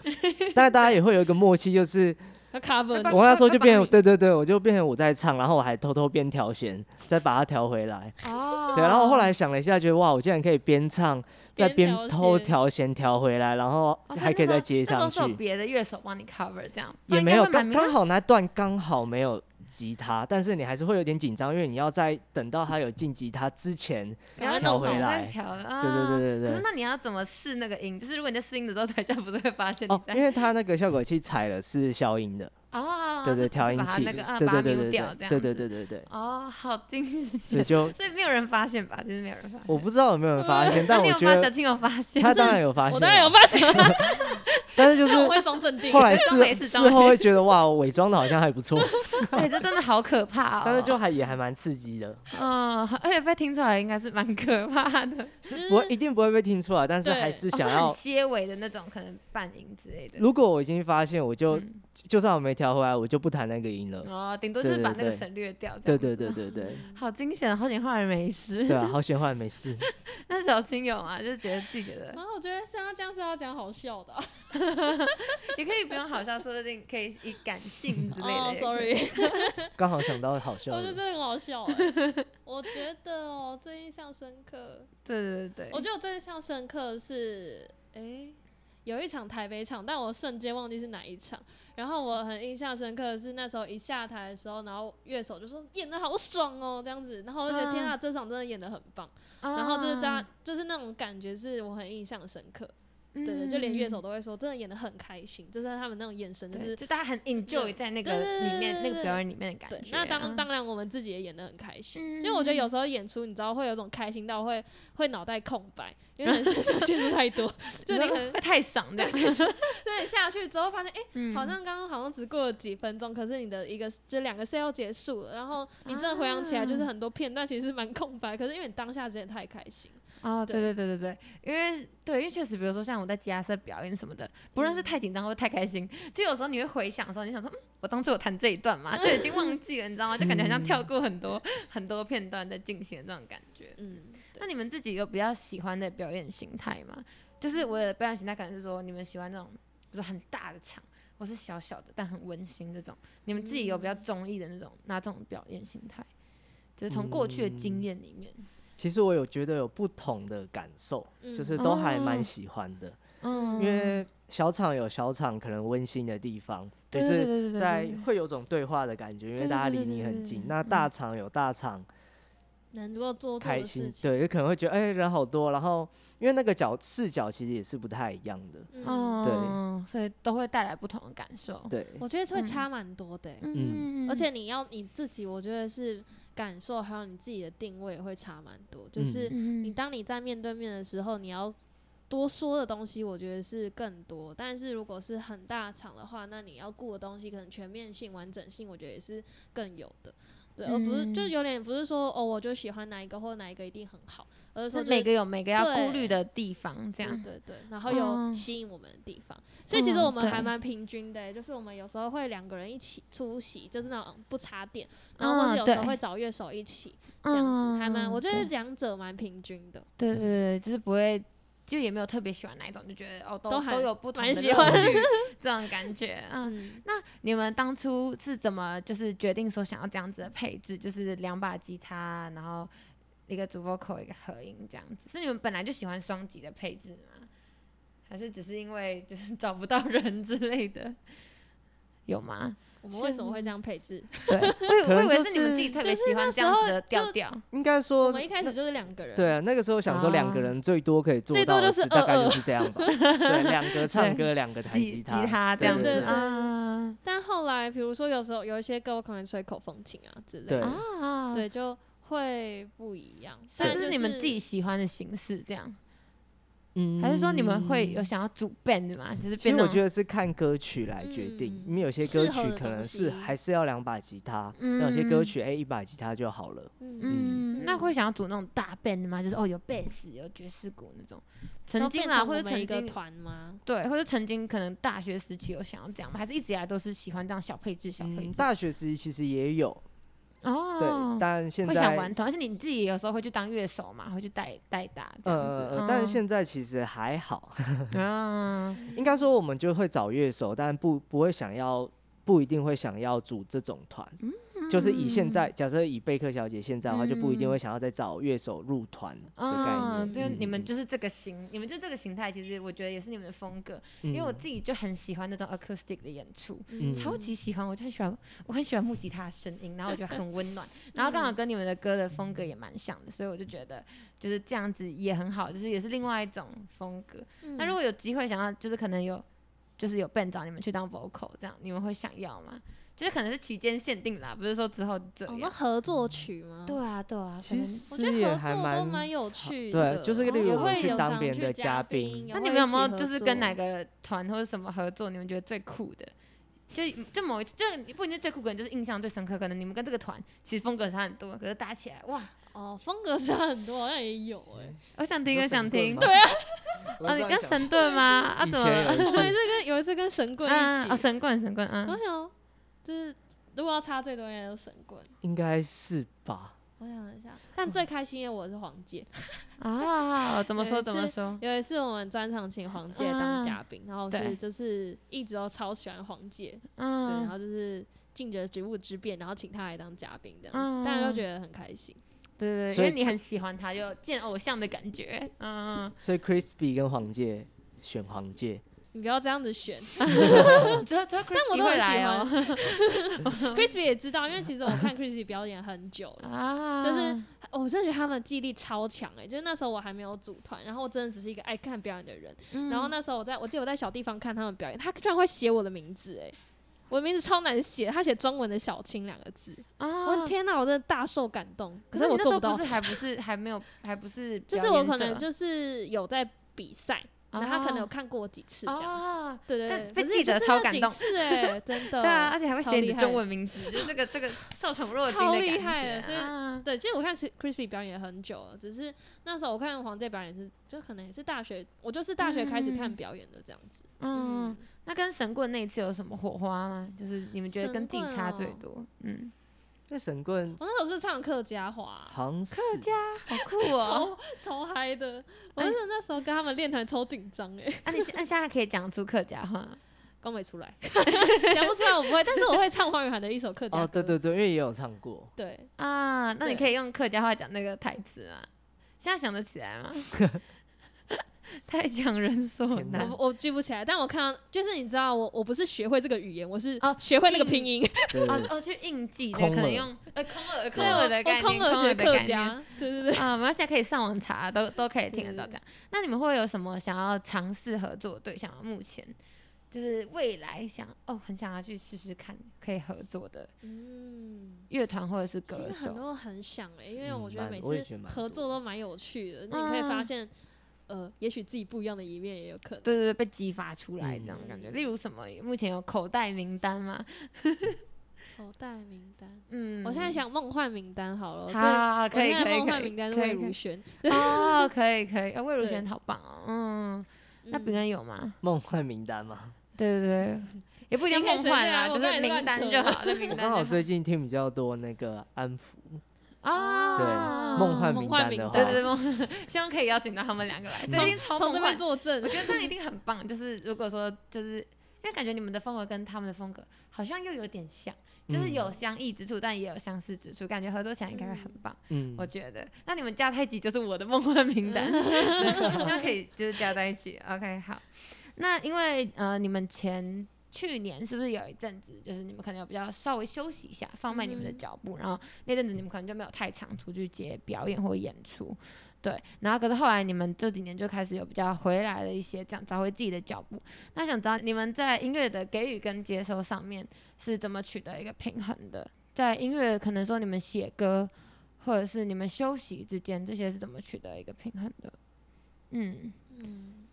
S2: 但是大家也会有一个默契，就是
S4: 要 cover
S3: 帮
S4: 的
S2: 我那时候
S3: 帮
S2: 就
S3: 帮
S2: 变，
S3: 你
S2: 对对对，我就变成我在唱，然后我还偷偷边调弦，再把它调回来。
S3: 哦，
S2: 对，然后后来想了一下，觉得哇，我竟然可以边唱再
S4: 边
S2: 边偷
S4: 调弦
S2: 调弦调回来，然后
S3: 哦所
S2: 还
S3: 那
S2: 可以
S3: 时
S2: 再
S3: 候
S2: 接
S3: 那时
S2: 上
S3: 候是有
S2: 去。
S3: 别的乐手帮你 cover 这样，不
S2: 也
S3: 然应
S2: 没
S3: 该
S2: 有
S3: 会蛮
S2: 刚
S3: 迷
S2: 刚好那段刚好没有吉他，但是你还是会有点紧张，因为你要在等到他有进吉他之前，
S3: 你要
S4: 赶快弄
S2: 回
S4: 好
S3: 赶哦快
S2: 来
S3: 调了，
S2: 对对
S3: 啊
S2: 对对
S3: 可是
S2: 对。
S3: 那你要怎么试那个音？就是如果你在试音的时候，台下不是会发现你
S2: 哦，
S3: 在
S2: 因为他那个效果器踩了是消音的，
S3: 哦，
S2: 对对，
S3: 是
S2: 调音器，
S3: 是把它那个啊，
S2: 对
S3: 把它
S2: 对对
S3: mute
S2: 对
S3: 掉
S2: 对
S3: 这样，
S2: 对对，对对 对，
S3: 哦，好惊
S2: 所以
S3: 喜，
S2: 就
S3: 所以没有人发现吧？就是没有人发现，啊
S2: 我不知道有没有人发 现，但
S3: 那你
S2: 我
S3: 有
S2: 觉
S3: 发小
S2: 得
S3: 青有发现，
S2: 他当然有发现，啊
S4: 我当然有，发现，
S2: 但是就
S4: 但我
S2: 是
S4: 会装镇定。
S2: 后来
S3: 装没
S2: 事
S3: 事装
S2: 事
S3: 没
S2: 后会觉得哇，伪装的好像还不 错，
S3: 对，哎这真的好可怕哦。
S2: 但是就还也还蛮刺激的，
S3: 嗯，而且被听出来应该是蛮可怕的，
S4: 就是
S2: 是不会一定不会被听出来，但是
S4: 对
S2: 还是
S3: 哦
S2: 想
S3: 是
S2: 要
S3: 很。些微的那种，可能半音之类的。
S2: 如果我已经发现，我就
S3: 嗯
S2: 就算我没调回来，我就不弹那个音了。
S3: 哦，顶多就是
S2: 对
S3: 把
S2: 对
S3: 那个
S2: 对
S3: 省略掉。
S2: 对，对对对 对
S3: 好惊险，好险坏人没事。
S2: 对啊，好险坏没事。
S3: 那小青有吗？就是觉得自己觉得
S4: 然后我觉得像他这样是要讲好笑的啊，
S3: 也可以不用好笑，说不定可以以感性之类的。
S4: 哦
S3: 也可以
S4: ，sorry，
S2: 刚好想到好笑
S4: 我觉得
S2: 的，
S4: 这很好 笑欸。我觉得哦，最印象深刻，
S3: 对对对对，
S4: 我觉得我最印象深刻的是，诶，有一场台北场，但我瞬间忘记是哪一场。然后我很印象深刻的是那时候一下台的时候，然后乐手就说演的好爽哦这样子，然后我就
S3: 嗯
S4: 觉得天啊，这场真的演的很棒。然后就是
S3: 哦
S4: 大家就是那种感觉是我很印象深刻，
S3: 对
S4: 对对，就连乐手都会说真的演的很开心，就是他们那种眼神就
S3: 嗯对
S4: 是
S3: 就大家很 enjoy 在那个
S4: 对对对
S3: 里面
S4: 对
S3: 那
S4: 对
S3: 个表演里面的感
S4: 对
S3: 觉。，
S4: 那当
S3: 嗯
S4: 当然我们自己也演得很开心，
S3: 嗯
S4: 因为我觉得有时候演出，你知道会有种开心到会会脑袋空白，因为人生就陷入 太多，就你可能
S3: 会太爽的感 觉，
S4: 对你下去之后发现，哎、
S3: 嗯
S4: 好像刚刚好像只过了几分钟，可是你的一个就两个 set 要结束了，然后你真的回想起来
S3: 啊
S4: 就是很多片段其实蛮空白，可是因为你当下真的太开心，
S3: 哦，对对对
S4: 对
S3: 对对，因为对，因为确实，比如说像我在吉他社表演什么的，不论是
S4: 嗯
S3: 太紧张或太开心，就有时候你会回想的时候，你想说，嗯，我当初有弹这一段嘛，就已经忘记了，你知道吗？就感觉好像跳过很多、很多片段在进行的这种感觉。
S4: 嗯，
S3: 那你们自己有比较喜欢的表演形态吗？就是我的表演形态可能是说，你们喜欢那种，比如说很大的场，或是小小的但很温馨这种，你们自己有比较中意的那种哪种表演形态？就是从过去的
S2: 嗯
S3: 经验里面，
S2: 其实我有觉得有不同的感受，
S4: 嗯
S2: 就是都还
S3: 哦
S2: 蛮喜欢的，
S3: 嗯
S2: 因为小厂有小厂可能温馨的地方，就
S3: 对对对
S2: 是
S3: 对对对
S2: 在
S3: 对
S2: 会有种对话的感觉，因
S3: 对
S2: 为
S3: 对
S2: 大家
S3: 对
S2: 离
S3: 对
S2: 你
S3: 对
S2: 很近
S3: 对。
S2: 那大厂有大厂
S4: 能够做错
S2: 开
S4: 的事
S2: 心，
S4: 情，
S2: 对，有可能会觉得哎、人好多，然后因为那个角视角其实也是不太一样的，
S4: 嗯，
S2: 对
S3: 哦，所以都会带来不同的感受。
S2: 对，
S4: 我觉得会差蛮多的欸、
S2: 嗯
S4: 而且你要你自己，我觉得是感受还有你自己的定位会差蛮多，就
S2: 嗯
S4: 是你
S3: 你
S4: 当你在面对面的时候，你要多说的东西，我觉得是更多。但是如果是很大场的话，那你要顾的东西可能全面性、完整性，我觉得也是更有的。对，而不是就
S3: 嗯
S4: 有点不是说哦，我就喜欢哪一个或哪一个一定很好，而是说
S3: 是
S4: 就是
S3: 每个有每个要顾虑
S4: 对
S3: 的地方，这
S4: 对
S3: 样。
S4: 对对，然后
S3: 哦嗯
S4: 有吸引我们的地方。所以其实我们
S3: 对
S4: 还蛮平均的欸、就是我们有时候会两个人一起出席，就是那种不插电，然后
S3: 嗯
S4: 或者有时候
S3: 对
S4: 会找乐手一起这样子，还蛮我觉
S3: 嗯
S4: 得
S3: 对
S4: 两者蛮平均的。
S3: 对对对，就是不会，就也没有特别喜欢哪一种，就觉得哦，都
S4: 都还
S3: 都有不同的
S4: 蛮喜
S3: 乐
S4: 欢
S3: 趣这种感觉。嗯，
S4: 嗯，
S3: 你们当初是怎么就是决定说想要这样子的配置，就是两把吉他，然后一个主 vocal 一个合音这样子？是你们本来就喜欢双吉的配置吗？还是只是因为就是 找不到人之类的？有吗？
S4: 我们为什么会这样配置？
S3: 对，我以
S2: 可
S3: 我
S2: 能
S3: 以为
S2: 就是
S3: 你们自己特别
S4: 就是
S3: 喜欢
S4: 那
S3: 这
S4: 时
S3: 样
S4: 候
S3: 子的调
S4: 就
S3: 调，
S2: 应该
S4: 我
S2: 说
S4: 们一开始就是两个人，
S2: 对啊，那个时候想说两个
S3: 啊
S2: 人最多可以做
S4: 最
S2: 到
S4: 多
S2: 的
S4: 就是
S2: 大概
S4: 22
S2: 就是这 样吧，对，两个唱歌，两个弹
S3: 吉
S2: 吉他，
S3: 他这
S2: 对
S3: 样子
S4: 对对
S3: 啊
S4: 但后来比如说有时候有一些歌我可能吹口风琴啊之类
S2: 对
S4: 的，
S3: 啊，
S4: 对，就会不一样。
S3: 所以
S4: 但
S3: 这
S4: 就是
S3: 你们自己喜欢的形式这样，
S2: 嗯
S3: 还是说你们会
S4: 嗯
S3: 有想要组 band 吗？就是
S2: 其实
S3: 变
S2: 我觉
S3: 得
S2: 得是看歌曲来决定，
S4: 嗯
S2: 因为有些歌
S4: 适合
S2: 曲
S4: 的
S2: 可能
S4: 东
S2: 是
S4: 西
S2: 还是要两把吉他，
S3: 嗯
S2: 那有些歌曲哎一把吉他就好了。
S4: 嗯，
S3: 嗯，
S4: 嗯
S3: 那会想要组那种大 band 吗？就是哦有贝斯有爵士鼓那种，曾经
S4: 啊
S3: 啊或者
S4: 成
S3: 曾
S4: 一个
S3: 经
S4: 团吗？
S3: 对，或者曾经可能大学时期有想要这样吗？还是一直以来都是喜欢这样小配置小配
S2: 嗯，
S3: 置？
S2: 大学时期其实也有，
S3: 哦
S2: 对，，但现
S3: 会想
S2: 在
S3: 玩团，而且你自己有时候会去当乐手嘛，会去带带大这
S2: 呃
S3: 样
S2: 呃，
S3: 子
S2: 呃，但
S3: 嗯
S2: 是现在其实还好，
S3: 啊，
S2: 应该说我们就会找乐手，但不不会想要。不一定会想要组这种团，
S3: 嗯
S2: 就是以现在，假设以贝克小姐现在的话，就不一定会想要再找乐手入团的概
S3: 嗯，
S2: 念。
S3: 对，
S2: 嗯
S3: 你们
S2: 嗯
S3: 就是这个形，你们就这个形态，其实我觉得也是你们的风格，因为我
S2: 嗯
S3: 自己就很喜欢那种 acoustic 的演出，
S2: 嗯
S3: 超级喜欢，我就很喜欢，我很喜欢木吉他的声音，然后我觉得很温 暖，然后刚好跟你们的歌的风格也蛮像的，所以我就觉得就是这样子也很好，就是也是另外一种风格。那如
S4: 果
S3: 果有机会想要，就是可能有，就是有 band 找你们去当 vocal 这样，你们会想要吗？就是可能是期间限定啦，不是说之后这
S4: 我们
S3: 样。
S4: 哦合作曲吗？
S3: 对。啊，对啊，可
S2: 哦其
S3: 能
S4: 我
S2: 实
S4: 觉得
S2: 也
S4: 合
S2: 还
S4: 作都
S2: 蛮
S4: 蛮有
S2: 常
S4: 趣
S2: 对
S4: 的，
S2: 就是
S4: 然后
S2: 例
S4: 也
S2: 如我们
S4: 会
S2: 去
S4: 有
S2: 当
S4: 常
S2: 别人
S4: 去
S2: 的嘉
S4: 嘉
S2: 宾
S4: 也
S3: 那
S4: 会
S3: 你们有
S4: 一
S3: 没有
S4: 起合
S3: 就是跟哪
S4: 作
S3: 个团或者什么合作，你们觉得最酷的？就就某一次，就不一定是最酷，可能就是印象最深刻。可能你们跟这个团其实风格差很多，可是搭起来哇，
S4: 哦，风格差很多，好像也 有哎。
S3: 我想
S2: 你
S3: 听，我
S2: 说
S3: 想
S2: 神棍
S3: 听。
S2: 吗
S3: 啊，
S2: 我
S3: 哦，
S2: 这
S3: 你
S2: 样
S3: 跟
S2: 想
S3: 神盾吗？啊，
S2: 以
S3: 怎
S2: 前
S3: 么？
S2: 有一
S4: 我有
S2: 次，
S4: 一次跟有一次跟神棍
S3: 啊，哦，
S4: 一起，
S3: 神棍，神棍
S4: 我
S3: 啊，
S4: 想就是如果要插最多应该就是神棍。
S2: 应该是吧？
S4: 我想一下，但
S3: 嗯
S4: 最开心的我是黄姐。嗯
S3: 啊，怎么
S4: 有
S3: 说？
S4: 一
S3: 怎么
S4: 次
S3: 说？
S4: 有一次我们专场请黄姐
S3: 啊
S4: 当嘉宾，然后
S3: 对
S4: 是就是一直都超喜欢黄姐，对，然
S3: 嗯，
S4: 后就是尽着职务之便，然后请她来当嘉宾这样子，大家
S3: 嗯
S4: 都觉得很开心。
S3: 对对对，
S2: 所
S3: 因为
S2: 以
S3: 你很喜欢他，有见偶像的感觉。嗯，
S2: 所以 Crispy 跟黄玠选黄玠，
S4: 你不要这样子选。
S3: 这这 c r
S4: 嗯 但我
S3: i
S4: 都
S3: 会
S4: 很
S3: 来
S4: 喜
S3: 哦
S4: 欢。Crispy 也知道，因为其实我看 Crispy 表演很久了。
S3: 啊，
S4: 就是 哦我真的觉得他们记忆力超强哎、就是那时候我还没有组团，然后我真的只是一个爱看表演的人。
S3: 嗯
S4: 然后那时候我在我记得我在小地方看他们表演，他居然会写我的名字哎、我的名字超难写，他写中文的“小青”两个字，我
S3: 啊
S4: 的，天呐，我真的大受感动。可
S3: 是
S4: 我
S3: 你那
S4: 做
S3: 时候
S4: 到
S3: 不，是还不是还没有还不是表演者，
S4: 就是我可能就是有在比赛，然后他可能有看过我几次这样子。
S3: 啊，
S4: 对对
S3: 但
S4: 对，
S3: 被
S4: 可是
S3: 记得
S4: 就是
S3: 超
S4: 那
S3: 感
S4: 几
S3: 动
S4: 次哎，真的。
S3: 对啊，而且还会
S4: 超
S3: 写
S4: 厉
S3: 你
S4: 害
S3: 中文名字，就这个 这个受宠若惊的
S4: 超
S3: 感
S4: 厉
S3: 觉
S4: 害的所以
S3: 啊
S4: 对，其实我看 Crispy 表演很久了，只是那时候我看黄健表演是，就可能也是大学，我就是大学开始看
S3: 嗯
S4: 表演的这样子。
S3: 嗯，，那跟神棍那一次有什么火花吗？就是你们觉得跟
S4: 神
S3: 自己
S4: 棍
S3: 差最
S4: 哦
S3: 多？嗯，
S2: 那神棍
S4: 我那时候是唱客家话，
S2: 好像是
S3: 客家好酷哦！
S4: 超超嗨的，我
S3: 哎
S4: 真的那时候跟他们练团超紧张 哎，
S3: 啊，你现那现在可以讲出客家话吗？
S4: 刚没出来， 讲不出来我不会，但是我会唱黄雨涵的一首客家歌。
S2: 哦，对对对，因为也有唱过，
S4: 对，
S3: 啊，那你
S4: 对
S3: 可以用客家话讲那个台词吗？现在想得起来吗？ 太强人所
S2: 天哪
S3: 难
S4: 我，我记不起来，但我看到就是你知道我我不是学会这个语言，我是
S3: 哦
S4: 学会那个
S3: 硬
S4: 拼音，
S2: 对
S3: 哦
S2: 对
S3: 哦，去应记，对，
S2: 空
S3: 可能
S2: 耳
S3: 用呃空耳空
S4: 对
S3: 耳
S4: 我
S3: 的概
S4: 我
S3: 念，
S4: 空
S3: 空
S4: 耳学
S3: 的
S4: 客
S3: 概念
S4: 家，对对对。
S3: 啊，我们现在可以上网查，都都可以听得到
S4: 对对对
S3: 这样。那你们会有什么想要尝试合作的对象吗？目前就是未来想哦，很想要去试试看可以合作的
S4: 嗯。
S3: 乐团或者是
S4: 其
S3: 歌
S4: 实很
S3: 手。
S4: 多很想哎、因为
S2: 嗯
S4: 我觉得
S2: 蛮
S4: 每
S2: 我也
S4: 次
S2: 觉得蛮
S4: 合作
S2: 多
S4: 都蛮有趣的，那你可以发
S3: 嗯
S4: 现，呃，也许自己不一样的一面也有可能。
S3: 对对对，被激发出来这
S2: 嗯
S3: 种感觉。
S4: 嗯
S3: 例如什么，目前有口袋名单吗？
S4: 口袋名单，
S3: 嗯，
S4: 我现在想梦幻名单好了。
S3: 好，
S4: 对
S3: 好，好
S4: 我
S3: 可以
S4: 现在
S3: 可以
S4: 梦
S3: 可
S4: 幻
S3: 以，
S4: 名单是
S3: 可以
S4: 魏
S3: 可
S4: 如
S3: 以
S4: 萱，
S3: 哦，可以可以，呃魏如
S4: 对
S3: 萱好棒哦，嗯，那
S4: 嗯
S3: 饼干有吗？
S2: 梦幻名单嘛。
S3: 对对 对，也不一定
S4: 你可以
S3: 梦
S4: 随
S3: 幻
S4: 便
S3: 啦，
S4: 啊
S3: 就
S4: 我
S3: 是
S4: 刚才乱
S3: 名单
S4: 扯
S3: 就 好，那名
S2: 我
S3: 单
S2: 刚
S3: 就
S2: 好
S3: 好
S2: 最近听比较多那个安抚，
S3: 啊，
S2: 对梦幻
S4: 梦
S2: 名
S4: 幻
S2: 单
S4: 名
S2: 的
S4: 单
S2: 话，
S3: 对对对，梦希望可以邀请到他们两个来，这一定超
S4: 从
S3: 梦
S4: 这
S3: 幻
S4: 边。作证
S3: 我，觉得这样一定很棒，就是如果说就是，因为感觉你们的风格跟他们的风格好像又有点像，就是有相异之处，但也有相似之处，感觉合作起来应该会很棒，
S2: 嗯
S3: 我，觉得。那你们加太极就是我的梦幻名单，对希望可以就是加在一起。OK，好。那因为呃，你们前去年是不是有一阵子，就是你们可能有比较稍微休息一下，放慢你们的
S4: 嗯
S3: 脚步，然后那阵子你们可能就没有太常出去接表演或演出，对。然后可是后来你们这几年就开始有比较回来了一些，这样找回自己的脚步。那想知道你们在音乐的给予跟接收上面是怎么取得一个平衡的？在音乐可能说你们写歌，或者是你们休息之间，这些是怎么取得一个平衡的？嗯，
S4: 嗯，